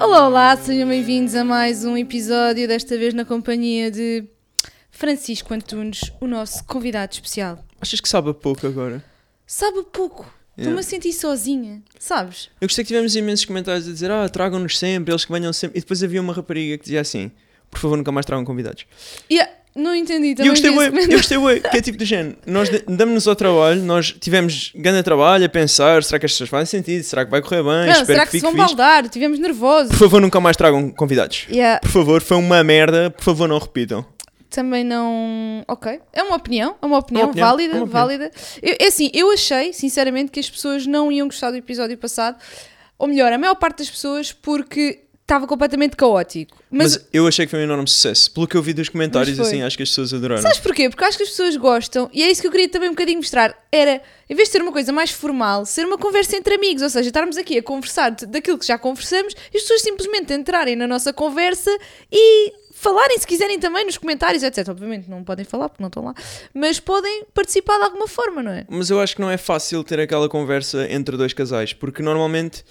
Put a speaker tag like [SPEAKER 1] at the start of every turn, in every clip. [SPEAKER 1] Olá, olá, sejam bem-vindos a mais um episódio, desta vez na companhia de Francisco Antunes, o nosso convidado especial.
[SPEAKER 2] Achas que sabe a pouco agora?
[SPEAKER 1] Sabe pouco, estou-me
[SPEAKER 2] Yeah.
[SPEAKER 1] a sentir sozinha, sabes?
[SPEAKER 2] Eu gostei que tivemos imensos comentários a dizer Ah, tragam-nos sempre, eles que venham sempre. E depois havia uma rapariga que dizia assim: Por favor, nunca mais tragam convidados.
[SPEAKER 1] Yeah, ah, não entendi,
[SPEAKER 2] E
[SPEAKER 1] também
[SPEAKER 2] eu gostei,
[SPEAKER 1] vi
[SPEAKER 2] bué,
[SPEAKER 1] esse
[SPEAKER 2] eu gostei, bué, que é tipo do género. Nós de- damos-nos ao trabalho, nós tivemos grande trabalho a pensar: será que as pessoas fazem sentido? Será que vai correr bem?
[SPEAKER 1] comentário. Não,
[SPEAKER 2] Espero
[SPEAKER 1] será
[SPEAKER 2] que
[SPEAKER 1] que, se
[SPEAKER 2] fique
[SPEAKER 1] vão
[SPEAKER 2] fixe.
[SPEAKER 1] baldar? Tivemos nervosos. ah,
[SPEAKER 2] Por favor, nunca mais tragam convidados.
[SPEAKER 1] Yeah,
[SPEAKER 2] Por favor, foi uma merda, por favor, não repitam.
[SPEAKER 1] também não. Ok, é uma opinião, é uma opinião,
[SPEAKER 2] Uma opinião,
[SPEAKER 1] válida,
[SPEAKER 2] é uma opinião.
[SPEAKER 1] válida. Eu, é assim, eu achei, sinceramente, que as pessoas não iam gostar do episódio passado, ou melhor, a maior parte das pessoas, porque estava completamente caótico.
[SPEAKER 2] Mas,
[SPEAKER 1] Mas
[SPEAKER 2] eu achei que foi um enorme sucesso. Pelo que eu vi dos comentários,
[SPEAKER 1] foi.
[SPEAKER 2] assim, acho que as pessoas adoraram.
[SPEAKER 1] Sabes porquê? Porque eu acho que as pessoas gostam, e é isso que eu queria também um bocadinho mostrar. Era, em vez de ser uma coisa mais formal, ser uma conversa entre amigos, ou seja, estarmos aqui a conversar de- daquilo que já conversamos e as pessoas simplesmente entrarem na nossa conversa e falarem, se quiserem também, nos comentários, etc. Obviamente não podem falar porque não estão lá, mas podem participar de alguma forma, não é?
[SPEAKER 2] Mas eu acho que não é fácil ter aquela conversa entre dois casais, porque normalmente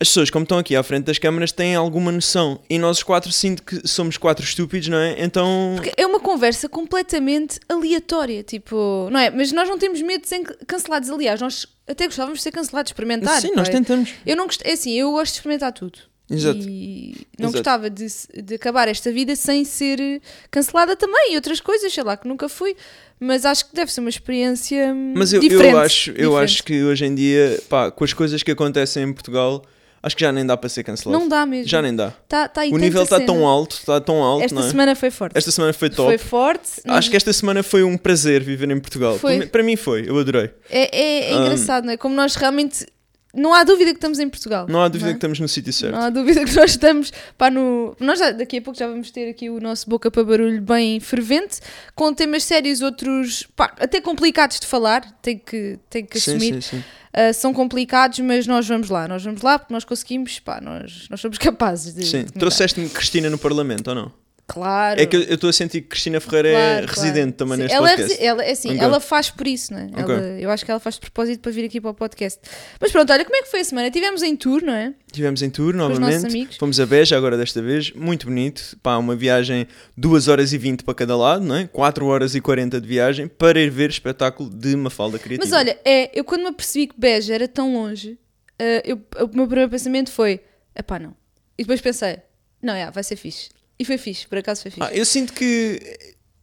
[SPEAKER 2] as pessoas, como estão aqui à frente das câmaras, têm alguma noção. E nós os quatro sinto que somos quatro estúpidos, não é? Então.
[SPEAKER 1] Porque é uma conversa completamente aleatória, tipo, não é? Mas nós não temos medo de ser cancelados, aliás, nós até gostávamos de ser cancelados, experimentar.
[SPEAKER 2] Sim, nós
[SPEAKER 1] pá.
[SPEAKER 2] tentamos.
[SPEAKER 1] Eu é não gosto, é assim, eu gosto de experimentar tudo.
[SPEAKER 2] Exato.
[SPEAKER 1] E não
[SPEAKER 2] Exato.
[SPEAKER 1] gostava de, se- de acabar esta vida sem ser eh, cancelada também e outras coisas, sei lá, que nunca fui, mas acho que deve ser uma experiência hum,
[SPEAKER 2] Mas eu,
[SPEAKER 1] diferente.
[SPEAKER 2] eu, acho, eu
[SPEAKER 1] diferente.
[SPEAKER 2] acho que hoje em dia, pá, com as coisas que acontecem em Portugal, acho que já nem dá para ser cancelado.
[SPEAKER 1] não dá mesmo.
[SPEAKER 2] Já nem dá.
[SPEAKER 1] Tá, tá aí
[SPEAKER 2] o nível
[SPEAKER 1] tanta
[SPEAKER 2] está tão
[SPEAKER 1] cena.
[SPEAKER 2] alto, está tão alto,
[SPEAKER 1] Esta
[SPEAKER 2] não é?
[SPEAKER 1] semana foi forte.
[SPEAKER 2] Esta semana foi top.
[SPEAKER 1] Foi forte. mas
[SPEAKER 2] Acho que esta semana foi um prazer viver em Portugal.
[SPEAKER 1] Foi.
[SPEAKER 2] Para mim- Para mim foi, eu adorei.
[SPEAKER 1] é, é- é
[SPEAKER 2] Hum.
[SPEAKER 1] engraçado, não é? Como nós realmente não há dúvida que estamos em Portugal.
[SPEAKER 2] Não há dúvida
[SPEAKER 1] é?
[SPEAKER 2] que estamos no sítio certo.
[SPEAKER 1] Não há dúvida que nós estamos pá, no. Nós já- daqui a pouco já vamos ter aqui o nosso boca para barulho bem fervente, com temas sérios, outros pá, até complicados de falar, tem que, tem que
[SPEAKER 2] sim,
[SPEAKER 1] assumir.
[SPEAKER 2] sim, sim.
[SPEAKER 1] Ah, são complicados, mas nós vamos lá, nós vamos lá porque nós conseguimos, pá, nós, nós somos capazes de.
[SPEAKER 2] Sim,
[SPEAKER 1] de mudar.
[SPEAKER 2] trouxeste-me Cristina no Parlamento ou não?
[SPEAKER 1] Claro.
[SPEAKER 2] É que eu eu estou a sentir que Cristina Ferreira é
[SPEAKER 1] claro, claro.
[SPEAKER 2] residente também
[SPEAKER 1] Sim,
[SPEAKER 2] neste
[SPEAKER 1] ela É,
[SPEAKER 2] podcast.
[SPEAKER 1] resi- ela, é assim,
[SPEAKER 2] Ok.
[SPEAKER 1] ela faz por isso, não é?
[SPEAKER 2] Ok.
[SPEAKER 1] Ela- eu acho que ela faz de propósito para vir aqui para o podcast. Mas pronto, olha como é que foi a semana? Tivemos em tour, não é?
[SPEAKER 2] Tivemos em
[SPEAKER 1] os
[SPEAKER 2] tour
[SPEAKER 1] nossos
[SPEAKER 2] novamente,
[SPEAKER 1] amigos.
[SPEAKER 2] fomos a Beja agora desta vez, muito bonito, pá, uma viagem 2 horas e 20 para cada lado, não é? 4 horas e 40 de viagem para ir ver espetáculo de Mafalda Criativa.
[SPEAKER 1] Mas olha, é, eu quando me apercebi que Beja era tão longe, eh, eu- o meu primeiro pensamento foi: epá, não. E depois pensei: não, é, vai ser fixe. E foi fixe, por acaso foi fixe.
[SPEAKER 2] Ah, eu sinto que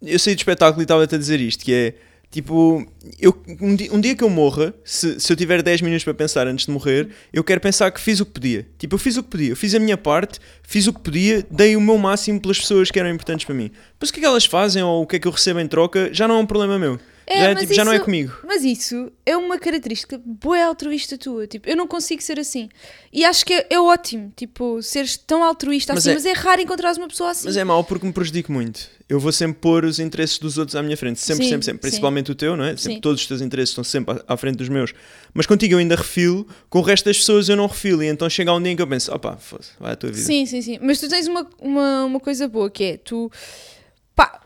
[SPEAKER 2] eu saí do espetáculo e estava-te a dizer isto, que é tipo, eu, um, dia, um dia que eu morra, se, se eu tiver 10 minutos para pensar antes de morrer, eu quero pensar que fiz o que podia. Tipo, eu fiz o que podia, eu fiz a minha parte, fiz o que podia, dei o meu máximo pelas pessoas que eram importantes para mim. Mas o que é que elas fazem ou o que é que eu recebo em troca já não é um problema meu.
[SPEAKER 1] É,
[SPEAKER 2] já, é,
[SPEAKER 1] mas
[SPEAKER 2] tipo, já não é
[SPEAKER 1] isso-
[SPEAKER 2] comigo.
[SPEAKER 1] Mas isso é uma característica boa altruísta tua. Tipo, eu não consigo ser assim. E acho que é, é ótimo, tipo, seres tão altruísta
[SPEAKER 2] Mas
[SPEAKER 1] assim,
[SPEAKER 2] é-
[SPEAKER 1] mas é raro encontrares uma pessoa assim.
[SPEAKER 2] Mas é mau porque me prejudico muito. Eu vou sempre pôr os interesses dos outros à minha frente. Sempre,
[SPEAKER 1] Sim,
[SPEAKER 2] sempre, sempre.
[SPEAKER 1] sim.
[SPEAKER 2] Principalmente o teu, não é? Sempre,
[SPEAKER 1] Sim.
[SPEAKER 2] todos os teus interesses estão sempre à, à frente dos meus. Mas contigo eu ainda refilo, com o resto das pessoas eu não refilo. E então chega um dia em que eu penso, opá, foda-se, vai à tua vida.
[SPEAKER 1] Sim, sim, sim. Mas tu tens uma, uma, uma coisa boa que é tu, pá,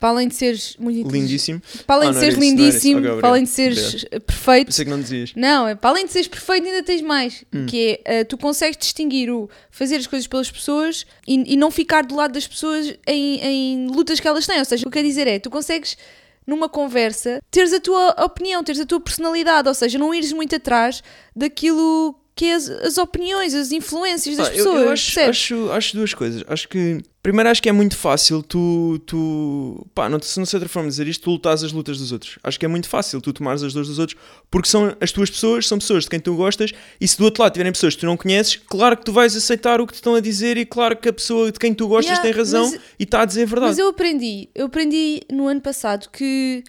[SPEAKER 1] para além de seres muito inteligente,
[SPEAKER 2] Lindíssimo.
[SPEAKER 1] para além
[SPEAKER 2] Ah,
[SPEAKER 1] de
[SPEAKER 2] não
[SPEAKER 1] seres
[SPEAKER 2] era isso, não era isso.
[SPEAKER 1] lindíssimo,
[SPEAKER 2] Ok, obrigado.
[SPEAKER 1] para além de seres eh, perfeito,
[SPEAKER 2] Pensei que não dizias.
[SPEAKER 1] Não, é para além de seres perfeito, ainda tens mais.
[SPEAKER 2] Hum.
[SPEAKER 1] Que é, eh, tu consegues distinguir o fazer as coisas pelas pessoas e, e não ficar do lado das pessoas em, em lutas que elas têm. Ou seja, o que eu quero dizer é, tu consegues, numa conversa, teres a tua opinião, teres a tua personalidade. Ou seja, não ires muito atrás daquilo que é as, as opiniões, as influências das
[SPEAKER 2] Pá, eu-
[SPEAKER 1] pessoas.
[SPEAKER 2] Eu, acho,
[SPEAKER 1] percebes?
[SPEAKER 2] acho, acho duas coisas. Acho que, primeiro, acho que é muito fácil tu, tu pá, não, se não sei outra forma de dizer isto, tu lutares as lutas dos outros. Acho que é muito fácil tu tomares as dores dos outros, porque são as tuas pessoas, são pessoas de quem tu gostas, e se do outro lado tiverem pessoas que tu não conheces, claro que tu vais aceitar o que te estão a dizer, e claro que a pessoa de quem tu gostas
[SPEAKER 1] Yeah,
[SPEAKER 2] tem razão
[SPEAKER 1] mas-
[SPEAKER 2] e está a dizer a verdade.
[SPEAKER 1] Mas eu aprendi, eu aprendi no ano passado que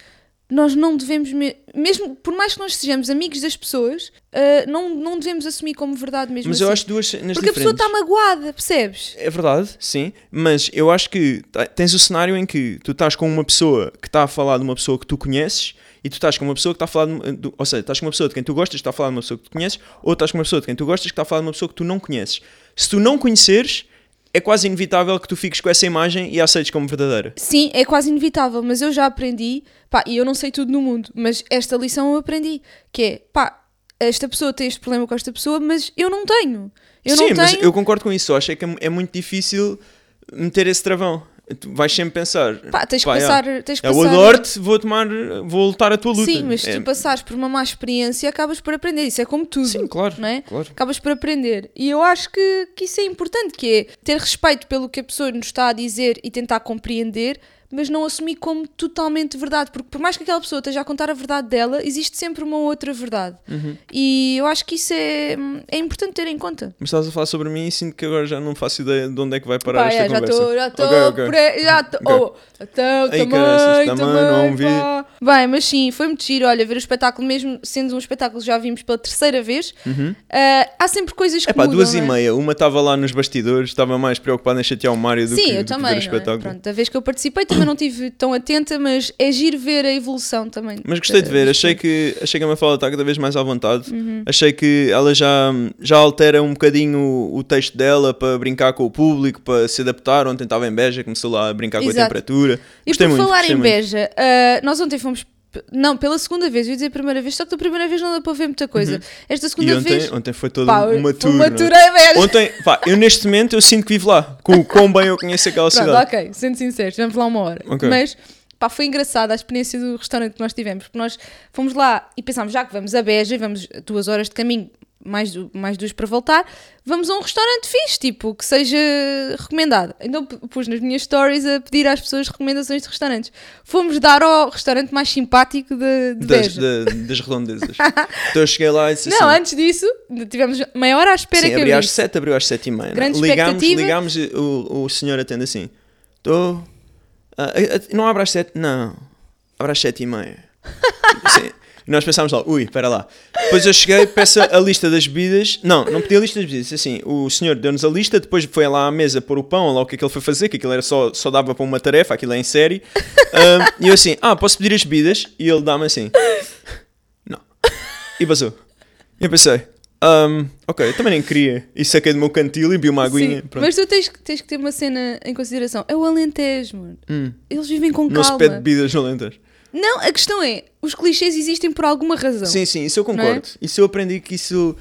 [SPEAKER 1] nós não devemos, me- mesmo por mais que nós sejamos amigos das pessoas, ah, não, não devemos assumir como verdade mesmo.
[SPEAKER 2] Mas
[SPEAKER 1] assim.
[SPEAKER 2] eu acho duas cenas
[SPEAKER 1] Porque a pessoa
[SPEAKER 2] diferentes.
[SPEAKER 1] está magoada, percebes?
[SPEAKER 2] É verdade, sim, mas eu acho que ta- tens o cenário em que tu estás com uma pessoa que está a falar de uma pessoa que tu conheces e tu estás com uma pessoa que está a falar de, uma- do- ou seja, estás com uma pessoa de quem tu gostas que está a falar de uma pessoa que tu conheces ou estás com uma pessoa de quem tu gostas que está a falar de uma pessoa que tu não conheces. Se tu não conheceres, é quase inevitável que tu fiques com essa imagem e a aceites como verdadeira.
[SPEAKER 1] Sim, é quase inevitável, mas eu já aprendi, pá, e eu não sei tudo no mundo, mas esta lição eu aprendi, que é, pá, esta pessoa tem este problema com esta pessoa, mas eu não tenho. Eu
[SPEAKER 2] Sim,
[SPEAKER 1] não
[SPEAKER 2] mas
[SPEAKER 1] tenho.
[SPEAKER 2] eu concordo com isso. Eu acho é que é, é muito difícil meter esse travão. Tu vais sempre pensar.
[SPEAKER 1] Pá, tens que
[SPEAKER 2] pá,
[SPEAKER 1] passar. Tens que
[SPEAKER 2] É o
[SPEAKER 1] passar-
[SPEAKER 2] norte, vou tomar, vou lutar a tua luta.
[SPEAKER 1] Sim, mas tipo, se
[SPEAKER 2] É-
[SPEAKER 1] tu passares por uma má experiência, acabas por aprender. Isso é como tudo.
[SPEAKER 2] Sim, claro,
[SPEAKER 1] Não é?
[SPEAKER 2] claro.
[SPEAKER 1] Acabas por aprender. E eu acho que, que isso é importante, que é ter respeito pelo que a pessoa nos está a dizer e tentar compreender, mas não assumir como totalmente verdade. Porque por mais que aquela pessoa esteja a contar a verdade dela, existe sempre uma outra verdade.
[SPEAKER 2] Uhum.
[SPEAKER 1] E eu acho que isso é, é importante ter em conta.
[SPEAKER 2] Mas estás a falar sobre mim e sinto que agora já não faço ideia de onde é que vai parar
[SPEAKER 1] Pá,
[SPEAKER 2] esta
[SPEAKER 1] é, já
[SPEAKER 2] conversa.
[SPEAKER 1] estou, já estou,
[SPEAKER 2] Ok, ok.
[SPEAKER 1] por aí, já estou.
[SPEAKER 2] Ok.
[SPEAKER 1] Oh, então,
[SPEAKER 2] Ei,
[SPEAKER 1] também,
[SPEAKER 2] caraças,
[SPEAKER 1] também,
[SPEAKER 2] também não vi.
[SPEAKER 1] pá. Bem, mas sim, foi muito giro, olha, ver o espetáculo, mesmo sendo um espetáculo que já vimos pela terceira vez, ah, há sempre coisas que
[SPEAKER 2] É pá,
[SPEAKER 1] mudam,
[SPEAKER 2] Uhum. duas e
[SPEAKER 1] não é?
[SPEAKER 2] meia. Uma estava lá nos bastidores, estava mais preocupada em chatear o Mário do,
[SPEAKER 1] Sim,
[SPEAKER 2] que,
[SPEAKER 1] eu
[SPEAKER 2] do que
[SPEAKER 1] também.
[SPEAKER 2] ver o
[SPEAKER 1] não é?
[SPEAKER 2] espetáculo.
[SPEAKER 1] Pronto, da vez que eu participei também não estive tão atenta, mas é giro ver a evolução também.
[SPEAKER 2] Mas gostei de ver,
[SPEAKER 1] É,
[SPEAKER 2] achei que, achei que a Mafalda está cada vez mais à vontade.
[SPEAKER 1] Uhum.
[SPEAKER 2] Achei que ela já, já altera um bocadinho o, o texto dela para brincar com o público, para se adaptar. Ontem estava em Beja, começou lá a brincar com a
[SPEAKER 1] Exato.
[SPEAKER 2] temperatura.
[SPEAKER 1] E
[SPEAKER 2] Gostei
[SPEAKER 1] por
[SPEAKER 2] muito.
[SPEAKER 1] falar
[SPEAKER 2] gostei
[SPEAKER 1] em
[SPEAKER 2] muito.
[SPEAKER 1] Beja, ah, nós ontem fomos. p- Não, pela segunda vez, eu ia dizer a primeira vez, só que da primeira vez não dá para ver muita coisa. Esta segunda
[SPEAKER 2] Uhum. E ontem,
[SPEAKER 1] vez.
[SPEAKER 2] ontem foi toda
[SPEAKER 1] pá,
[SPEAKER 2] uma
[SPEAKER 1] foi
[SPEAKER 2] tour.
[SPEAKER 1] Uma
[SPEAKER 2] não é?
[SPEAKER 1] tour em Beja.
[SPEAKER 2] Ontem, pá, eu neste momento eu sinto que vivo lá, com o quão bem eu conheço aquela
[SPEAKER 1] Pronto,
[SPEAKER 2] cidade.
[SPEAKER 1] ok, sendo sinceros, tivemos lá uma hora.
[SPEAKER 2] Ok.
[SPEAKER 1] Mas pá, foi engraçada a experiência do restaurante que nós tivemos, porque nós fomos lá e pensámos, já que vamos a Beja e vamos duas horas de caminho, mais, du- mais duas para voltar, vamos a um restaurante fixe, tipo, que seja recomendado. Então p- pus nas minhas stories a pedir às pessoas recomendações de restaurantes. Fomos dar ao restaurante mais simpático de, de
[SPEAKER 2] Das,
[SPEAKER 1] Beja.
[SPEAKER 2] da- das redondezas. então eu cheguei lá e disse
[SPEAKER 1] Não,
[SPEAKER 2] assim.
[SPEAKER 1] antes disso, tivemos meia hora à espera
[SPEAKER 2] Sim,
[SPEAKER 1] que
[SPEAKER 2] abriu às
[SPEAKER 1] abrisse.
[SPEAKER 2] 7, abriu às 7 e meia. é?
[SPEAKER 1] Grande
[SPEAKER 2] ligámos,
[SPEAKER 1] expectativa.
[SPEAKER 2] ligámos e o, o senhor atende assim. Tô, ah, ah, não abre às 7, não. Abre às 7 e meia. Sim. E é- nós pensámos lá, ui, espera lá. Depois eu cheguei, peço a lista das bebidas. Não, não pedi a lista das bebidas. Disse Assim, o senhor deu-nos a lista, depois foi lá à mesa pôr o pão, lá o que é que ele foi fazer, que aquilo era só, só dava para uma tarefa, aquilo é em série. Ah, e eu assim, ah, posso pedir as bebidas? E ele dá-me assim, não. E vazou. E eu pensei, "Ahm, ok, eu também nem queria. E saquei do meu cantil e vi uma aguinha.
[SPEAKER 1] Sim,
[SPEAKER 2] pronto.
[SPEAKER 1] mas tu tens, que- tens que ter uma cena em consideração. É o Alentejo, mano.
[SPEAKER 2] Hum.
[SPEAKER 1] Eles vivem com
[SPEAKER 2] Não se
[SPEAKER 1] calma.
[SPEAKER 2] pede bebidas no Alentejo.
[SPEAKER 1] Não, a questão é, os clichês existem por alguma razão.
[SPEAKER 2] Sim, sim, isso eu
[SPEAKER 1] é?
[SPEAKER 2] concordo. Isso eu aprendi que isso.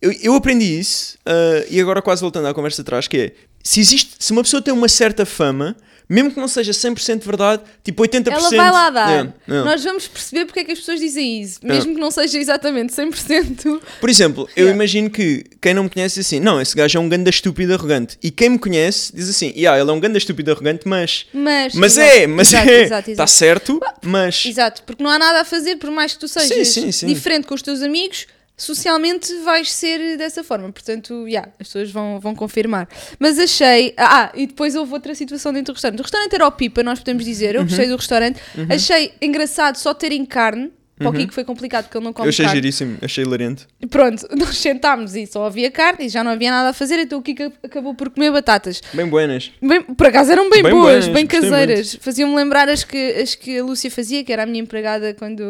[SPEAKER 2] Eu, eu aprendi isso ah, e agora quase voltando à conversa de trás, que é se existe, se uma pessoa tem uma certa fama, mesmo que não seja 100% verdade, tipo 80%.
[SPEAKER 1] Ela vai lá dar.
[SPEAKER 2] Yeah, yeah.
[SPEAKER 1] Nós vamos perceber porque é que as pessoas dizem isso, mesmo que não seja exatamente 100%.
[SPEAKER 2] Por exemplo, eu
[SPEAKER 1] Yeah.
[SPEAKER 2] imagino que quem não me conhece diz assim, não, esse gajo é um ganda estúpido arrogante. E quem me conhece diz assim, yeah, ele é um ganda estúpido arrogante, mas.
[SPEAKER 1] Mas,
[SPEAKER 2] Mas
[SPEAKER 1] exato,
[SPEAKER 2] é, mas
[SPEAKER 1] exato,
[SPEAKER 2] é.
[SPEAKER 1] Exato, é
[SPEAKER 2] Está
[SPEAKER 1] exato.
[SPEAKER 2] certo, mas.
[SPEAKER 1] Exato, porque não há nada a fazer, por mais que tu sejas
[SPEAKER 2] sim, sim.
[SPEAKER 1] diferente com os teus amigos, socialmente vais ser dessa forma. Portanto, yeah, as pessoas vão, vão confirmar. Mas achei. Ah, e depois houve outra situação dentro do restaurante. O restaurante era o Pipa, nós podemos dizer. Eu
[SPEAKER 2] Uhum.
[SPEAKER 1] gostei do restaurante. Achei engraçado só terem carne. Para o Kiko foi complicado porque ele não come
[SPEAKER 2] Uhum. Eu achei
[SPEAKER 1] carne.
[SPEAKER 2] giríssimo, achei hilariante.
[SPEAKER 1] Pronto, nós sentámos e só havia carne e já não havia nada a fazer, então o Kiko acabou por comer batatas.
[SPEAKER 2] Bem buenas.
[SPEAKER 1] Bem- por acaso eram bem,
[SPEAKER 2] Bem
[SPEAKER 1] boas,
[SPEAKER 2] buenas,
[SPEAKER 1] bem
[SPEAKER 2] gostei
[SPEAKER 1] caseiras. Faziam-me lembrar as que, as que a Lúcia fazia, que era a minha empregada quando,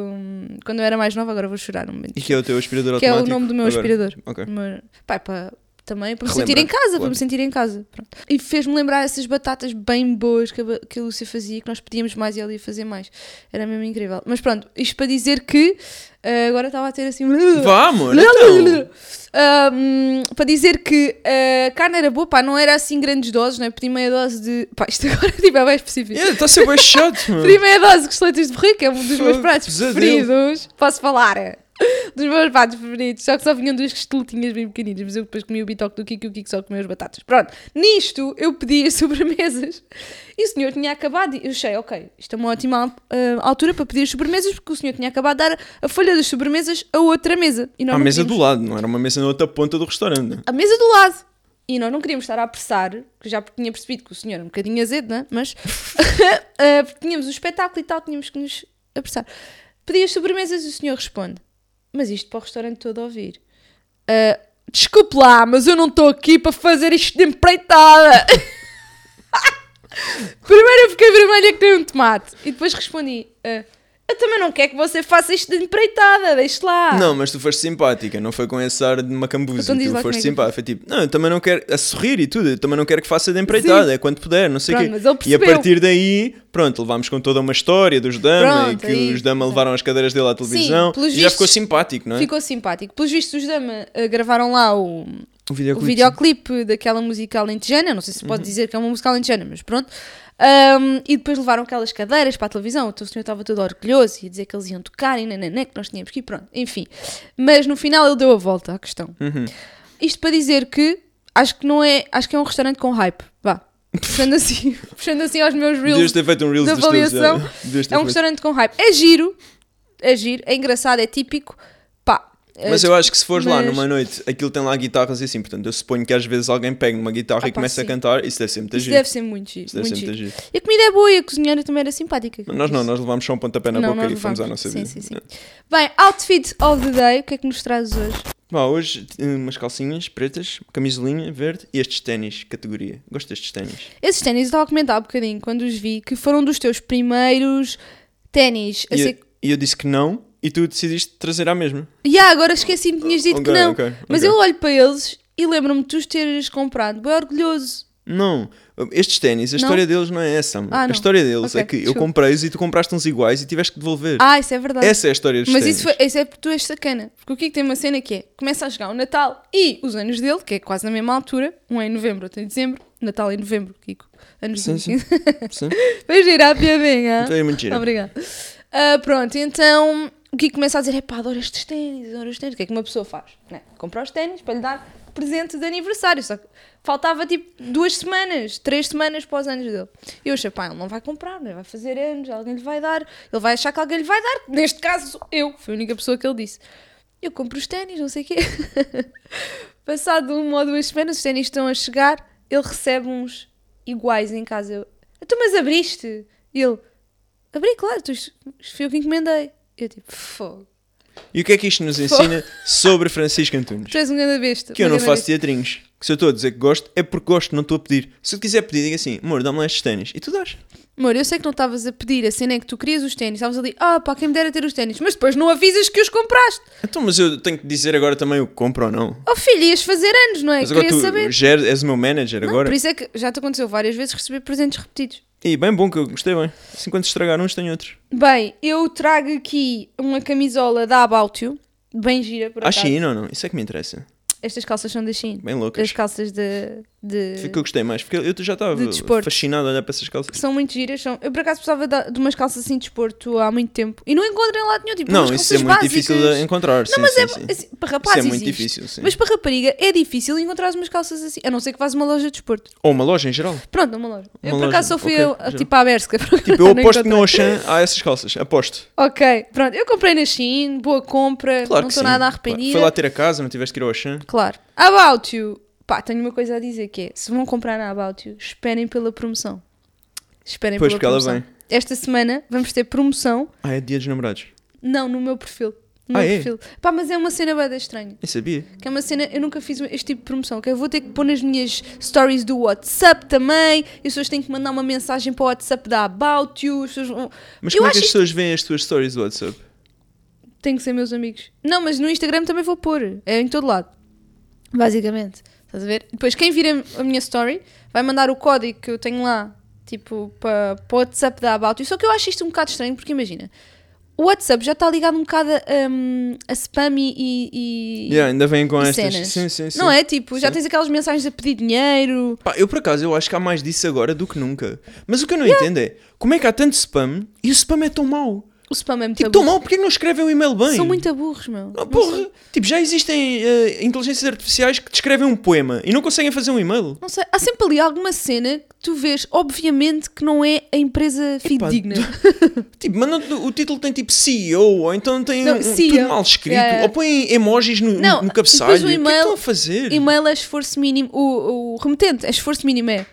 [SPEAKER 1] quando eu era mais nova. Agora vou chorar um momento.
[SPEAKER 2] E que é o teu aspirador
[SPEAKER 1] Que é o
[SPEAKER 2] automático?
[SPEAKER 1] nome do meu
[SPEAKER 2] agora?
[SPEAKER 1] aspirador.
[SPEAKER 2] Ok.
[SPEAKER 1] O meu- Pá, para, também para me
[SPEAKER 2] Relembrar,
[SPEAKER 1] sentir em casa, para
[SPEAKER 2] claro.
[SPEAKER 1] me sentir em casa. Pronto. E fez-me lembrar essas batatas bem boas que a, ba- que a Lúcia fazia, que nós pedíamos mais e ela ia fazer mais. Era mesmo incrível. Mas pronto, isto para dizer que ah, agora estava a ter assim.
[SPEAKER 2] Vamos! então.
[SPEAKER 1] Ah, hum, para dizer que ah, a carne era boa, pá, não era assim grandes doses, não é? Pedi meia dose de. Pá, isto agora tipo, é bem específico.
[SPEAKER 2] Yeah, Está tá a ser bem chato, mano.
[SPEAKER 1] Pedi meia dose de costeletas de borrico, é um dos meus
[SPEAKER 2] Fogo,
[SPEAKER 1] pratos
[SPEAKER 2] pesadelo.
[SPEAKER 1] preferidos. Posso falar? é? Dos meus pratos preferidos, só que só vinham duas costeletinhas bem pequeninas, mas eu depois comi o bitoque do Kiko e o Kiko só comeu as batatas. Pronto, nisto eu pedi as sobremesas e o senhor tinha acabado. e Eu achei, ok, isto é uma ótima ah, altura para pedir as sobremesas, porque o senhor tinha acabado de dar a folha das sobremesas a outra mesa. E nós
[SPEAKER 2] À
[SPEAKER 1] não
[SPEAKER 2] mesa
[SPEAKER 1] pedimos
[SPEAKER 2] do lado, não era uma mesa na outra ponta do restaurante.
[SPEAKER 1] a mesa do lado. E nós não queríamos estar a apressar, que já tinha percebido que o senhor era um bocadinho azedo, né? mas ah, porque tínhamos o espetáculo e tal, tínhamos que nos apressar. Pedi as sobremesas e o senhor responde: Mas isto para o restaurante todo ouvir. Ah, Desculpe lá, mas eu não estou aqui para fazer isto de empreitada. Primeiro eu fiquei vermelha que tem um tomate. E depois respondi: ah, Eu também não quero que você faça isto de empreitada, deixe lá.
[SPEAKER 2] Não, mas tu foste simpática, não foi com esse ar de macambuza.
[SPEAKER 1] Ah. Então diz
[SPEAKER 2] Tu
[SPEAKER 1] lá como é
[SPEAKER 2] foste
[SPEAKER 1] que eu
[SPEAKER 2] simpática. Foi tipo, não, eu também não quero. A sorrir e tudo, eu também não quero que faça de empreitada, é quando puder, não sei o
[SPEAKER 1] Pronto,
[SPEAKER 2] quê.
[SPEAKER 1] mas ele
[SPEAKER 2] e a
[SPEAKER 1] percebeu.
[SPEAKER 2] partir daí, pronto, levámos com toda uma história dos Dama
[SPEAKER 1] Pronto, é
[SPEAKER 2] e que
[SPEAKER 1] aí.
[SPEAKER 2] os Dama levaram as cadeiras dele à televisão. e
[SPEAKER 1] pelos
[SPEAKER 2] já
[SPEAKER 1] vistos,
[SPEAKER 2] ficou simpático, não é?
[SPEAKER 1] Ficou simpático. Pelos vistos, os Dama eh, gravaram lá o,
[SPEAKER 2] O
[SPEAKER 1] o
[SPEAKER 2] videoclipe.
[SPEAKER 1] videoclipe daquela música alentejana. Não sei se
[SPEAKER 2] Uhum.
[SPEAKER 1] pode dizer que é uma música alentejana, mas pronto. Ahm, e depois levaram aquelas cadeiras para a televisão. Então o senhor estava todo orgulhoso e ia dizer que eles iam tocar e nananã, que nós tínhamos que ir, pronto. Enfim. Mas no final ele deu a volta à questão.
[SPEAKER 2] Uhum.
[SPEAKER 1] Isto para dizer que acho que não é. Acho que é um restaurante com hype. Vá. Puxando assim, puxando assim aos meus reels.
[SPEAKER 2] Devias ter feito um Reels
[SPEAKER 1] da
[SPEAKER 2] dos teus,
[SPEAKER 1] avaliação.
[SPEAKER 2] olha. Devias ter
[SPEAKER 1] É um
[SPEAKER 2] feito.
[SPEAKER 1] restaurante com hype. É giro, é giro, é engraçado, é típico. Pá, é-
[SPEAKER 2] Mas eu acho que se fores lá
[SPEAKER 1] mas-
[SPEAKER 2] numa noite, aquilo tem lá guitarras e assim, portanto, eu suponho que às vezes alguém pega numa guitarra
[SPEAKER 1] Ah,
[SPEAKER 2] e
[SPEAKER 1] pá,
[SPEAKER 2] começa
[SPEAKER 1] sim.
[SPEAKER 2] a cantar, isso deve ser muito
[SPEAKER 1] isto
[SPEAKER 2] giro.
[SPEAKER 1] deve ser muito giro.
[SPEAKER 2] Isso deve
[SPEAKER 1] muito
[SPEAKER 2] ser muito
[SPEAKER 1] giro.
[SPEAKER 2] giro.
[SPEAKER 1] E a comida é boa e a cozinheira também era simpática.
[SPEAKER 2] Nós não, nós levámos só um pontapé na
[SPEAKER 1] Não,
[SPEAKER 2] boca
[SPEAKER 1] nós
[SPEAKER 2] e fomos à
[SPEAKER 1] levámos.
[SPEAKER 2] nossa
[SPEAKER 1] Sim,
[SPEAKER 2] vida.
[SPEAKER 1] sim, sim. Bem, outfit of the day, o que é que nos traz hoje?
[SPEAKER 2] Pá, hoje eh, umas calcinhas pretas, camisolinha verde e estes ténis, categoria. Gosto destes ténis.
[SPEAKER 1] Esses ténis eu estava a comentar há bocadinho quando os vi que foram dos teus primeiros ténis. a
[SPEAKER 2] E, é-
[SPEAKER 1] ser-
[SPEAKER 2] eu- e eu disse que não e tu decidiste trazer à mesma.
[SPEAKER 1] E ah, agora esqueci-me, tinhas dito
[SPEAKER 2] Ok,
[SPEAKER 1] que não.
[SPEAKER 2] ok,
[SPEAKER 1] Mas
[SPEAKER 2] ok.
[SPEAKER 1] eu olho para eles e lembro-me de tu os teres comprado. Bem orgulhoso.
[SPEAKER 2] Não, estes ténis, a
[SPEAKER 1] Não?
[SPEAKER 2] história deles não é essa, amor.
[SPEAKER 1] Ah,
[SPEAKER 2] a
[SPEAKER 1] não.
[SPEAKER 2] história deles é
[SPEAKER 1] Ok,
[SPEAKER 2] que
[SPEAKER 1] desculpa.
[SPEAKER 2] eu comprei-os e tu compraste uns iguais e tiveste que devolver.
[SPEAKER 1] Ah, isso é verdade.
[SPEAKER 2] essa é a história dos
[SPEAKER 1] Mas
[SPEAKER 2] ténis.
[SPEAKER 1] isso, foi- isso é porque tu és sacana. Porque o Kiko tem uma cena que é: começa a chegar o Natal e os anos dele, que é quase na mesma altura, um é em novembro, outro em dezembro. Natal em novembro, Kiko. Anos
[SPEAKER 2] Sim,
[SPEAKER 1] dele.
[SPEAKER 2] sim. Sim.
[SPEAKER 1] Vai girar a piadinha.
[SPEAKER 2] Então é mentira.
[SPEAKER 1] Obrigada. Ah, pronto, então o Kiko começa a dizer: epá, adoro estes ténis, adoro os ténis. O que é que uma pessoa faz? Né? Comprar os ténis para lhe dar presente de aniversário. Só que faltava tipo duas semanas, três semanas para os anos dele. E eu achei: pá, ele não vai comprar, não é? vai fazer anos, alguém lhe vai dar, ele vai achar que alguém lhe vai dar. Neste caso, eu, fui a única pessoa que ele disse. Eu compro os ténis, não sei o quê. Passado uma ou duas semanas, os ténis estão a chegar, ele recebe uns iguais em casa. Eu, tu mas abriste? E ele, abri, claro, tu, isto foi eu que encomendei. Eu tipo, fogo,
[SPEAKER 2] E o que é que isto nos ensina sobre Francisco Antunes?
[SPEAKER 1] tu és um grande besta.
[SPEAKER 2] Que eu
[SPEAKER 1] uma
[SPEAKER 2] não
[SPEAKER 1] grande
[SPEAKER 2] faço
[SPEAKER 1] besta.
[SPEAKER 2] teatrinhos. Que se eu estou a dizer que gosto, é porque gosto, não estou a pedir. Se eu te quiser pedir, diga assim, amor, dá-me lá estes ténis. E tu dás.
[SPEAKER 1] Amor, eu sei que não estavas a pedir, a cena é que tu querias os ténis, estavas ali, ah pá, quem me dera ter os ténis, mas depois não avisas que os compraste.
[SPEAKER 2] Então, mas eu tenho que dizer agora também o que compro ou não.
[SPEAKER 1] Oh filho, ias fazer anos, não é?
[SPEAKER 2] Mas agora
[SPEAKER 1] Queria
[SPEAKER 2] tu
[SPEAKER 1] saber.
[SPEAKER 2] geres- és o meu manager agora.
[SPEAKER 1] Por isso é que já te aconteceu várias vezes receber presentes repetidos.
[SPEAKER 2] E bem bom que eu gostei bem. Assim quando estragar uns tenho outros.
[SPEAKER 1] Bem, eu trago aqui uma camisola da About You, bem gira, por
[SPEAKER 2] Ah,
[SPEAKER 1] acaso.
[SPEAKER 2] Shein ou não? Isso é que me interessa.
[SPEAKER 1] Estas calças são da Shein.
[SPEAKER 2] Bem loucas.
[SPEAKER 1] As calças de, de-
[SPEAKER 2] Foi que eu gostei mais, porque eu já estava
[SPEAKER 1] De desporto.
[SPEAKER 2] fascinado a olhar para essas calças.
[SPEAKER 1] São muito giras. São... Eu, por acaso, precisava da- de umas calças assim de esporto há muito tempo. E não encontro em lado nenhum. Tipo,
[SPEAKER 2] Não,
[SPEAKER 1] umas
[SPEAKER 2] isso é
[SPEAKER 1] calças
[SPEAKER 2] muito
[SPEAKER 1] básicas.
[SPEAKER 2] difícil de encontrar. sim,
[SPEAKER 1] Não, mas
[SPEAKER 2] sim,
[SPEAKER 1] é...
[SPEAKER 2] sim.
[SPEAKER 1] assim, para rapaz
[SPEAKER 2] Isso é muito
[SPEAKER 1] existe.
[SPEAKER 2] difícil, sim.
[SPEAKER 1] Mas para rapariga é difícil encontrar umas calças assim. A não ser que vás a uma loja de desporto.
[SPEAKER 2] Ou uma loja em geral.
[SPEAKER 1] Pronto, numa loja. eu, por
[SPEAKER 2] loja,
[SPEAKER 1] acaso, só fui
[SPEAKER 2] ok,
[SPEAKER 1] eu,
[SPEAKER 2] já.
[SPEAKER 1] tipo à Berska.
[SPEAKER 2] Tipo, eu aposto que no Auchan há Ah, essas calças. Aposto.
[SPEAKER 1] Ok, pronto. Eu comprei na Shein. Boa compra.
[SPEAKER 2] Claro
[SPEAKER 1] não
[SPEAKER 2] que
[SPEAKER 1] estou
[SPEAKER 2] sim.
[SPEAKER 1] nada
[SPEAKER 2] Foi
[SPEAKER 1] arrependida.
[SPEAKER 2] lá ter a casa, não tiveste que ir ao Auchan.
[SPEAKER 1] Claro. About You. Pá, tenho uma coisa a dizer que é, se vão comprar na About You, esperem pela promoção. Esperem
[SPEAKER 2] Pois,
[SPEAKER 1] pela
[SPEAKER 2] porque ela
[SPEAKER 1] promoção.
[SPEAKER 2] vem.
[SPEAKER 1] Esta semana vamos ter promoção,
[SPEAKER 2] Ah, é dia dos namorados.
[SPEAKER 1] não no meu perfil. No meu
[SPEAKER 2] Ah, é?
[SPEAKER 1] perfil. Pá, mas é uma cena bada estranha.
[SPEAKER 2] Nem sabia.
[SPEAKER 1] Que é uma cena, eu nunca fiz este tipo de promoção, que eu vou ter que pôr nas minhas stories do WhatsApp também, e as pessoas têm que mandar uma mensagem para o WhatsApp da About You, as pessoas vão-
[SPEAKER 2] Mas
[SPEAKER 1] eu acho
[SPEAKER 2] como é que as
[SPEAKER 1] isto
[SPEAKER 2] pessoas veem as tuas stories do WhatsApp?
[SPEAKER 1] tem que ser meus amigos. Não, mas no Instagram também vou pôr. É em todo lado. Basicamente. Estás a ver? Depois, quem vir a- a minha story vai mandar o código que eu tenho lá, tipo, para para o WhatsApp da About You. Só que eu acho isto um bocado estranho, porque imagina, o WhatsApp já está ligado um bocado a, hum, a spam e. e-
[SPEAKER 2] Yeah, ainda vêm com
[SPEAKER 1] e
[SPEAKER 2] estas.
[SPEAKER 1] cenas.
[SPEAKER 2] Sim, sim, sim.
[SPEAKER 1] Não é? Tipo, já
[SPEAKER 2] Sim.
[SPEAKER 1] tens aquelas mensagens a pedir dinheiro.
[SPEAKER 2] Pá, eu por acaso eu acho que há mais disso agora do que nunca. Mas o que eu não entendo é como é que há tanto spam e o spam é tão mau.
[SPEAKER 1] O spam é muito
[SPEAKER 2] Tipo, tão
[SPEAKER 1] aburro.
[SPEAKER 2] mau, porque é que não escrevem o e-mail bem?
[SPEAKER 1] São muito aburros, meu.
[SPEAKER 2] Ah,
[SPEAKER 1] Não
[SPEAKER 2] porra,
[SPEAKER 1] sei-
[SPEAKER 2] tipo, já existem eh, inteligências artificiais que descrevem um poema e não conseguem fazer um e-mail.
[SPEAKER 1] Não sei, há sempre ali alguma cena que tu vês, obviamente, que não é a empresa fidedigna.
[SPEAKER 2] Tipo, mandam o título tem tipo CEO, ou então tem
[SPEAKER 1] Não,
[SPEAKER 2] um-
[SPEAKER 1] CEO.
[SPEAKER 2] tudo mal escrito,
[SPEAKER 1] Yeah, yeah.
[SPEAKER 2] ou põem emojis no,
[SPEAKER 1] é. Não,
[SPEAKER 2] no cabeçalho.
[SPEAKER 1] depois o
[SPEAKER 2] O, que é que
[SPEAKER 1] e-mail-
[SPEAKER 2] estão a fazer?
[SPEAKER 1] E-mail é esforço mínimo. O, o remetente é esforço mínimo. É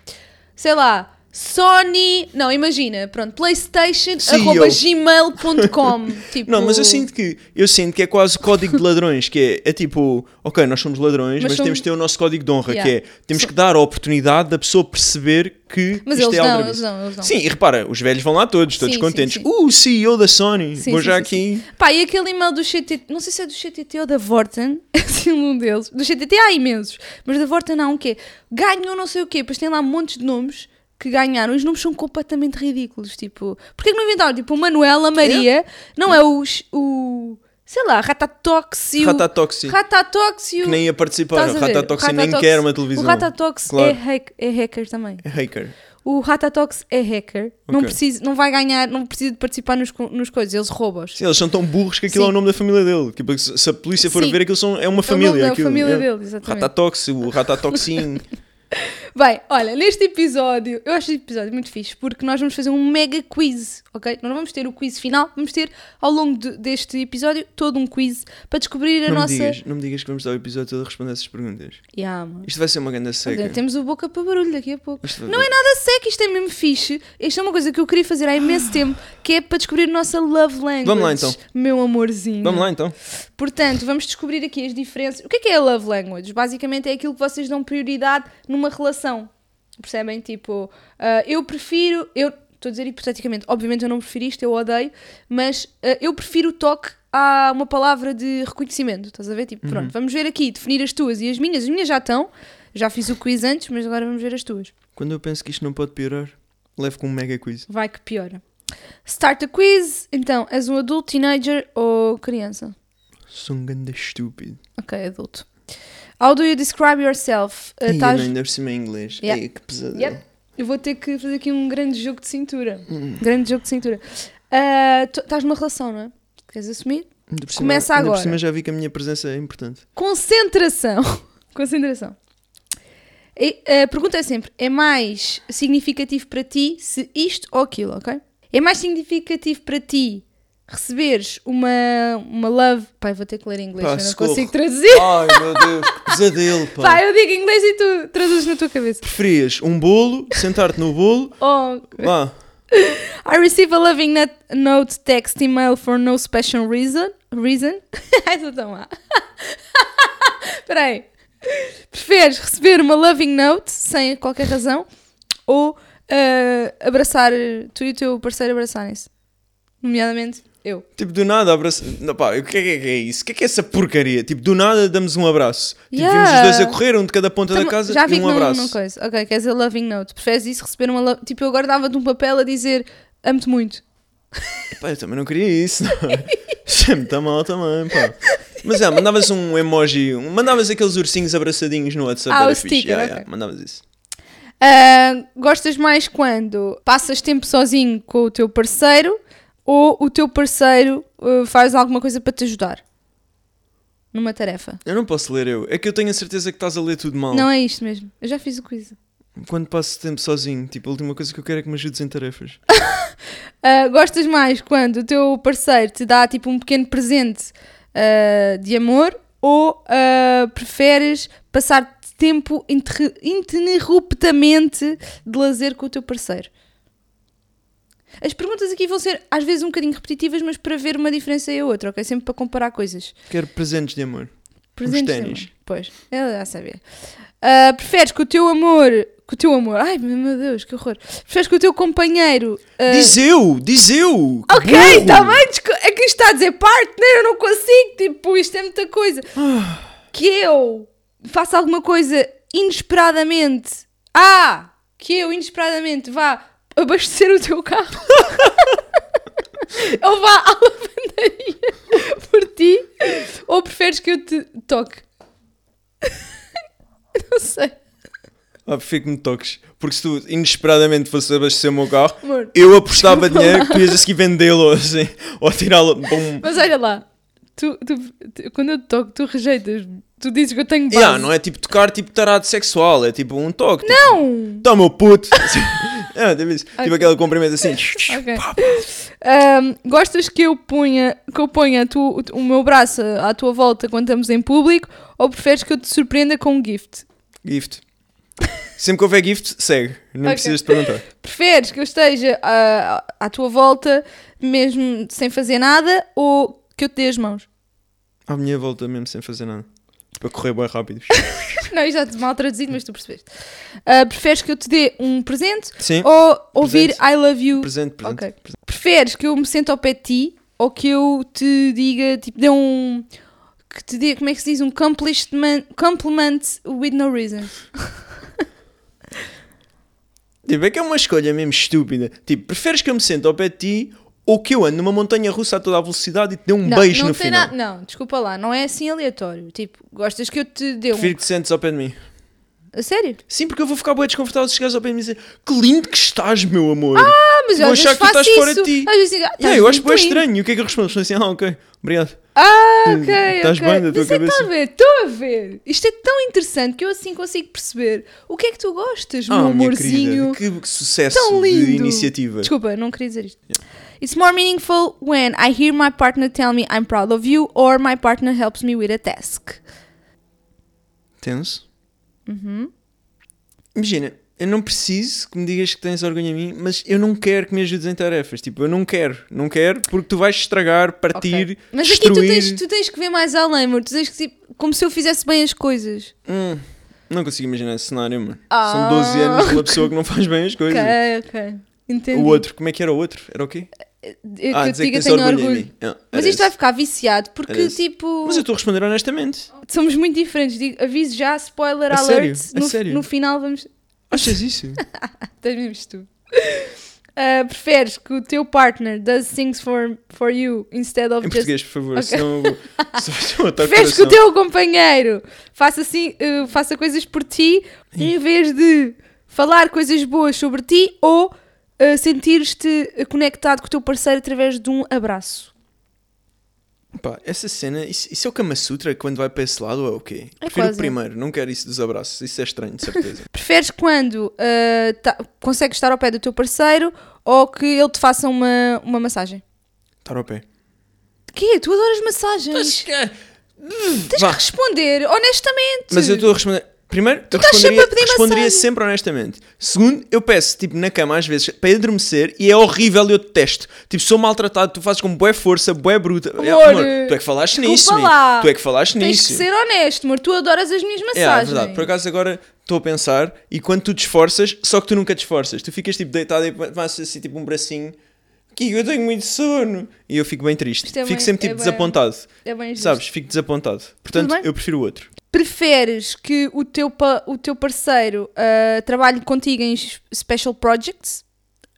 [SPEAKER 1] sei lá, Sony. Não, imagina, pronto,
[SPEAKER 2] CEO.
[SPEAKER 1] playstation.gmail.com. tipo,
[SPEAKER 2] Não, mas eu sinto que eu sinto que é quase código de ladrões, que é, é tipo, ok, nós somos ladrões, mas,
[SPEAKER 1] Mas somos-
[SPEAKER 2] temos de ter o nosso código de honra,
[SPEAKER 1] Yeah.
[SPEAKER 2] que é temos que dar a oportunidade da pessoa perceber que
[SPEAKER 1] Mas
[SPEAKER 2] isto
[SPEAKER 1] eles
[SPEAKER 2] é
[SPEAKER 1] dão,
[SPEAKER 2] aldrabice.
[SPEAKER 1] eles dão, eles dão.
[SPEAKER 2] Sim, e repara, os velhos vão lá todos, todos
[SPEAKER 1] Sim, sim,
[SPEAKER 2] contentes.
[SPEAKER 1] sim.
[SPEAKER 2] Uh, o CEO da Sony,
[SPEAKER 1] Sim,
[SPEAKER 2] vou
[SPEAKER 1] sim,
[SPEAKER 2] já
[SPEAKER 1] sim,
[SPEAKER 2] aqui.
[SPEAKER 1] Pá, e aquele e-mail do CTT, não sei se é do CTT ou da Vorten, assim um deles. Do CTT há imensos, mas da Vorten há um quê? Ganhou não sei o quê, depois tem lá montes de nomes que ganharam. Os nomes são completamente ridículos, tipo... Porquê que não inventaram? Tipo, o Manuel,
[SPEAKER 2] É?
[SPEAKER 1] a Maria, não é os, o... Sei lá, Ratatox e o...
[SPEAKER 2] Ratatoxi,
[SPEAKER 1] Ratatox e o...
[SPEAKER 2] que nem ia participar.
[SPEAKER 1] Estás a ver?
[SPEAKER 2] Ratatoxi
[SPEAKER 1] O
[SPEAKER 2] nem
[SPEAKER 1] Ratatox-
[SPEAKER 2] quer uma televisão.
[SPEAKER 1] O Ratatox é,
[SPEAKER 2] Claro.
[SPEAKER 1] hack- é hacker também.
[SPEAKER 2] É hacker.
[SPEAKER 1] O Ratatox é hacker. Não,
[SPEAKER 2] Ok.
[SPEAKER 1] precisa, não vai ganhar, não precisa de participar nos, co- nos coisas, eles roubam-os.
[SPEAKER 2] Sim, eles são tão burros que aquilo
[SPEAKER 1] Sim.
[SPEAKER 2] é o nome da família dele. Tipo, se se a polícia for
[SPEAKER 1] Sim.
[SPEAKER 2] ver, aquilo são, é uma
[SPEAKER 1] é o nome
[SPEAKER 2] família.
[SPEAKER 1] da
[SPEAKER 2] aquilo,
[SPEAKER 1] família
[SPEAKER 2] é.
[SPEAKER 1] dele, exatamente.
[SPEAKER 2] Ratatoxi, o Ratatoxin.
[SPEAKER 1] Bem, olha, neste episódio, eu acho este episódio muito fixe, porque nós vamos fazer um mega quiz, ok? Nós não vamos ter o quiz final, vamos ter ao longo de- deste episódio todo um quiz para descobrir a
[SPEAKER 2] não,
[SPEAKER 1] nossa.
[SPEAKER 2] me digas, não me digas que vamos dar o episódio todo a responder essas perguntas.
[SPEAKER 1] Yeah, mano.
[SPEAKER 2] Isto vai ser uma grande seca.
[SPEAKER 1] Olha, Temos o boca para barulho daqui a pouco.
[SPEAKER 2] Isto vai-
[SPEAKER 1] Não é nada seco, isto é mesmo fixe. Isto é uma coisa que eu queria fazer há imenso tempo, que é para descobrir a nossa love language.
[SPEAKER 2] Vamos lá, então.
[SPEAKER 1] Meu amorzinho.
[SPEAKER 2] Vamos lá então.
[SPEAKER 1] Portanto, vamos descobrir aqui as diferenças. O que é que é a love language? Basicamente é aquilo que vocês dão prioridade numa relação. Percebem? Tipo, ah, eu prefiro. Eu estou a dizer hipoteticamente, obviamente eu não prefiro isto, eu odeio, mas ah, eu prefiro o toque a uma palavra de reconhecimento. Estás a ver?
[SPEAKER 2] Uhum.
[SPEAKER 1] Tipo, pronto, vamos ver aqui, definir as tuas e as minhas. As minhas já estão. Já fiz o quiz antes, mas agora vamos ver as tuas.
[SPEAKER 2] Quando eu penso que isto não pode piorar, levo com um mega quiz.
[SPEAKER 1] Vai que piora. Start a quiz. Então, és um adulto, teenager ou criança?
[SPEAKER 2] Sou um ganda estúpido.
[SPEAKER 1] Ok, adulto. How do you describe yourself? Uh,
[SPEAKER 2] E eu
[SPEAKER 1] tás-
[SPEAKER 2] ainda por cima em inglês.
[SPEAKER 1] Yeah.
[SPEAKER 2] Ei, que pesadelo.
[SPEAKER 1] Yep. Eu vou ter que fazer aqui um grande jogo de cintura. Grande jogo de cintura. Ah, tu- Estás numa relação, não é? Queres assumir?
[SPEAKER 2] Ainda por
[SPEAKER 1] Começa
[SPEAKER 2] ainda
[SPEAKER 1] agora.
[SPEAKER 2] por cima já vi que a minha presença é importante.
[SPEAKER 1] Concentração. Concentração. E, a pergunta é sempre: é mais significativo para ti se isto ou aquilo, ok? É mais significativo para ti receberes uma, uma love. Pai, vou ter que ler em inglês,
[SPEAKER 2] Pá,
[SPEAKER 1] eu não
[SPEAKER 2] socorro.
[SPEAKER 1] consigo traduzir.
[SPEAKER 2] Ai meu Deus, que pesadelo, pá.
[SPEAKER 1] Pá, eu digo em inglês e tu traduzes na tua cabeça.
[SPEAKER 2] Preferias um bolo, sentar-te no bolo,
[SPEAKER 1] Oh,
[SPEAKER 2] lá,
[SPEAKER 1] I receive a loving net note text email for no special reason. Reason? Essa tão má. Espera aí. Preferes receber uma loving note sem qualquer razão ou eh, abraçar, tu e o teu parceiro abraçarem-se? Nomeadamente eu.
[SPEAKER 2] tipo do nada abraço. Não, pá, o que é, que é- que é isso? O que é que é essa porcaria? Tipo do nada damos um abraço. Tipo, vimos os
[SPEAKER 1] Yeah.
[SPEAKER 2] dois a correr, um de cada ponta
[SPEAKER 1] Tamo-
[SPEAKER 2] da casa
[SPEAKER 1] Então, já vi
[SPEAKER 2] e
[SPEAKER 1] que
[SPEAKER 2] um
[SPEAKER 1] não-
[SPEAKER 2] abraço.
[SPEAKER 1] não coisa. Ok, queres a loving note. Preferes isso, receber uma love... Tipo, eu agora dava-te um papel a dizer amo-te muito.
[SPEAKER 2] Pá, eu também não queria isso. não é? Isso é muito mal também, pá. Mas é, mandavas um emoji, um- mandavas aqueles ursinhos abraçadinhos no WhatsApp.
[SPEAKER 1] Ah,
[SPEAKER 2] era
[SPEAKER 1] o
[SPEAKER 2] fixe.
[SPEAKER 1] sticker,
[SPEAKER 2] Yeah,
[SPEAKER 1] ok.
[SPEAKER 2] yeah, mandavas isso.
[SPEAKER 1] Ah, gostas mais quando passas tempo sozinho com o teu parceiro ou o teu parceiro ah, faz alguma coisa para te ajudar numa tarefa?
[SPEAKER 2] Eu não posso ler eu. É que eu tenho a certeza que estás a ler tudo mal.
[SPEAKER 1] Não é isto mesmo. Eu já fiz o quiz.
[SPEAKER 2] Quando passo tempo sozinho, tipo, a última coisa que eu quero é que me ajudes em tarefas.
[SPEAKER 1] Ah, gostas mais quando o teu parceiro te dá tipo um pequeno presente ah, de amor ou ah, preferes passar tempo inter- ininterruptamente de lazer com o teu parceiro? As perguntas aqui vão ser às vezes um bocadinho repetitivas, mas para ver uma diferença e a outra, ok? Sempre para comparar coisas.
[SPEAKER 2] Quero presentes de amor.
[SPEAKER 1] Presentes de
[SPEAKER 2] ténis.
[SPEAKER 1] amor. Pois, é, ela já sabia. Ah, preferes que o teu amor. Que o teu amor. Ai meu Deus, que horror. Preferes que o teu companheiro. ah,
[SPEAKER 2] Diz eu! Diz eu! que
[SPEAKER 1] Ok,
[SPEAKER 2] burro!
[SPEAKER 1] está bem, desco- é que isto está a dizer partner, eu não consigo, tipo, isto é muita coisa. que eu faça alguma coisa inesperadamente. Ah, que eu inesperadamente vá abastecer o teu carro. ou vá à lavandaria por ti, ou preferes que eu te toque? não sei,
[SPEAKER 2] Ah, prefiro que me toques. Porque se tu inesperadamente fosse abastecer o meu carro,
[SPEAKER 1] amor.
[SPEAKER 2] eu apostava dinheiro que tu ias a seguir vendê-lo ou assim, ou tirá-lo. para um-
[SPEAKER 1] Mas olha lá, tu, tu- tu- quando eu te toco, tu rejeitas-me. Tu dizes que eu tenho base.
[SPEAKER 2] Yeah, não é tipo tocar tipo tarado sexual, é tipo um toque. tipo,
[SPEAKER 1] Não!
[SPEAKER 2] Toma, meu puto! é, tipo, isso. tipo
[SPEAKER 1] Ok.
[SPEAKER 2] aquele cumprimento assim.
[SPEAKER 1] Ok. Ahm, gostas que eu ponha, que eu ponha tu- o meu braço à tua volta quando estamos em público ou preferes que eu te surpreenda com um gift?
[SPEAKER 2] Gift. Sempre que houver gift, segue. Nem
[SPEAKER 1] Ok.
[SPEAKER 2] precisas de perguntar.
[SPEAKER 1] Preferes que eu esteja ah, à, tua volta, mesmo sem fazer nada, ou que eu te dê as mãos?
[SPEAKER 2] À minha volta mesmo sem fazer nada. Tipo, a correr bem rápido.
[SPEAKER 1] Não, isto está mal traduzido, mas tu percebeste. Ah, preferes que eu te dê um presente
[SPEAKER 2] Sim.
[SPEAKER 1] ou ouvir
[SPEAKER 2] Presente.
[SPEAKER 1] I love you?
[SPEAKER 2] Presente, presente.
[SPEAKER 1] Ok. Preferes que eu me sente ao pé de ti ou que eu te diga, tipo, dê um. Que te dê, como é que se diz? Um compliment, compliment with no reason.
[SPEAKER 2] Tipo, é que é uma escolha mesmo estúpida. Tipo, preferes que eu me sente ao pé de ti ou que eu ande numa montanha russa a toda a velocidade e te dê um beijo
[SPEAKER 1] não
[SPEAKER 2] no
[SPEAKER 1] tem
[SPEAKER 2] final?
[SPEAKER 1] nada- não, desculpa lá, não é assim aleatório. Tipo, gostas que eu te dê um.
[SPEAKER 2] Prefiro que te sentes ao pé de mim.
[SPEAKER 1] A sério?
[SPEAKER 2] Sim, porque eu vou ficar bem desconfortável se chegares ao pé de mim e dizer que lindo que estás, meu amor.
[SPEAKER 1] Ah, mas eu
[SPEAKER 2] Vou
[SPEAKER 1] às
[SPEAKER 2] achar
[SPEAKER 1] vezes
[SPEAKER 2] que tu
[SPEAKER 1] faço
[SPEAKER 2] estás fora
[SPEAKER 1] isso.
[SPEAKER 2] de ti.
[SPEAKER 1] Às vezes digo, ah,
[SPEAKER 2] yeah,
[SPEAKER 1] estás
[SPEAKER 2] eu acho
[SPEAKER 1] muito
[SPEAKER 2] bem
[SPEAKER 1] lindo.
[SPEAKER 2] estranho. E o que é que eu respondo? Respondo assim, ah, ok, obrigado. Hum,
[SPEAKER 1] Ah, ok,
[SPEAKER 2] Estás
[SPEAKER 1] ok.
[SPEAKER 2] bem da tua
[SPEAKER 1] Mas é que
[SPEAKER 2] cabeça.
[SPEAKER 1] Estou a ver, estou a ver. Isto é tão interessante que eu assim consigo perceber o que é que tu gostas, meu
[SPEAKER 2] ah, minha
[SPEAKER 1] amorzinho.
[SPEAKER 2] querida, que sucesso
[SPEAKER 1] Tão
[SPEAKER 2] de
[SPEAKER 1] lindo.
[SPEAKER 2] iniciativa.
[SPEAKER 1] Desculpa, não queria dizer isto. It's more meaningful when I hear my partner tell me I'm proud of you or my partner helps me with a task.
[SPEAKER 2] Tenso.
[SPEAKER 1] Uhum.
[SPEAKER 2] Imagina, eu não preciso que me digas que tens orgulho em mim, mas eu não quero que me ajudes em tarefas. Tipo, eu não quero, não quero, porque tu vais estragar,
[SPEAKER 1] Ok.
[SPEAKER 2] partir,
[SPEAKER 1] Mas
[SPEAKER 2] destruir.
[SPEAKER 1] aqui tu tens, tu tens que ver mais além, amor. Tu tens que, tipo, como se eu fizesse bem as coisas.
[SPEAKER 2] Hum, não consigo imaginar esse cenário, mano.
[SPEAKER 1] Ah.
[SPEAKER 2] São 12 anos de uma pessoa que não faz bem as coisas.
[SPEAKER 1] Ok, ok. Entendi.
[SPEAKER 2] é. O outro, como é que era o outro? Era o quê? Ah,
[SPEAKER 1] Eu, que eu te
[SPEAKER 2] dizer
[SPEAKER 1] digo, eu
[SPEAKER 2] tens
[SPEAKER 1] tenho
[SPEAKER 2] em
[SPEAKER 1] orgulho.
[SPEAKER 2] mim. Ah, era
[SPEAKER 1] Mas isto
[SPEAKER 2] esse.
[SPEAKER 1] vai ficar viciado porque,
[SPEAKER 2] Era esse.
[SPEAKER 1] tipo,
[SPEAKER 2] Mas eu estou a responder honestamente.
[SPEAKER 1] somos muito diferentes. Digo, aviso já, spoiler
[SPEAKER 2] A
[SPEAKER 1] alert.
[SPEAKER 2] sério? A
[SPEAKER 1] No,
[SPEAKER 2] sério?
[SPEAKER 1] no final vamos.
[SPEAKER 2] Achas isso?
[SPEAKER 1] Estás mesmo estúpido. Ah, preferes que o teu partner does things for, for you instead of
[SPEAKER 2] em
[SPEAKER 1] just.
[SPEAKER 2] português, por favor, senão eu vou. Só estou a
[SPEAKER 1] Preferes que o teu companheiro faça, assim, eh, faça coisas por ti em vez de falar coisas boas sobre ti ou eh, sentir-te conectado com o teu parceiro através de um abraço?
[SPEAKER 2] Pá, essa cena, isso, isso é o Kama Sutra quando vai para esse lado ou é o quê? Prefiro
[SPEAKER 1] quase.
[SPEAKER 2] o primeiro, não quero isso dos abraços, isso é estranho, de certeza.
[SPEAKER 1] Preferes quando ah, ta- consegues estar ao pé do teu parceiro ou que ele te faça uma, uma massagem?
[SPEAKER 2] Estar ao pé.
[SPEAKER 1] Quê? Tu adoras massagens? Tens
[SPEAKER 2] Vá,
[SPEAKER 1] que responder honestamente.
[SPEAKER 2] mas eu estou a responder. Primeiro, eu
[SPEAKER 1] estás sempre
[SPEAKER 2] responderia,
[SPEAKER 1] a pedir
[SPEAKER 2] responderia
[SPEAKER 1] massagem.
[SPEAKER 2] sempre honestamente. Segundo, eu peço, tipo, na cama às vezes, para adormecer e é horrível e eu detesto. Tipo, sou maltratado, tu fazes com bué força, bué bruta. É,
[SPEAKER 1] Amor,
[SPEAKER 2] tu é que falaste
[SPEAKER 1] desculpa
[SPEAKER 2] nisso, man.
[SPEAKER 1] lá.
[SPEAKER 2] Tu é que falaste
[SPEAKER 1] Tens
[SPEAKER 2] nisso.
[SPEAKER 1] que ser honesto, amor. Tu adoras as minhas
[SPEAKER 2] É,
[SPEAKER 1] massagens.
[SPEAKER 2] é verdade. Por acaso agora estou a pensar e quando tu te esforças, só que tu nunca te esforças. Tu ficas tipo deitado e fazes assim tipo um bracinho. Que eu tenho muito sono. E eu fico bem triste.
[SPEAKER 1] Isto é
[SPEAKER 2] fico
[SPEAKER 1] bem-
[SPEAKER 2] sempre
[SPEAKER 1] é
[SPEAKER 2] tipo
[SPEAKER 1] bem-
[SPEAKER 2] desapontado.
[SPEAKER 1] É bem justo.
[SPEAKER 2] Sabes? Fico desapontado. Portanto,
[SPEAKER 1] bem.
[SPEAKER 2] eu prefiro o outro.
[SPEAKER 1] Preferes que o teu, pa- o teu parceiro ah, trabalhe contigo em s- special projects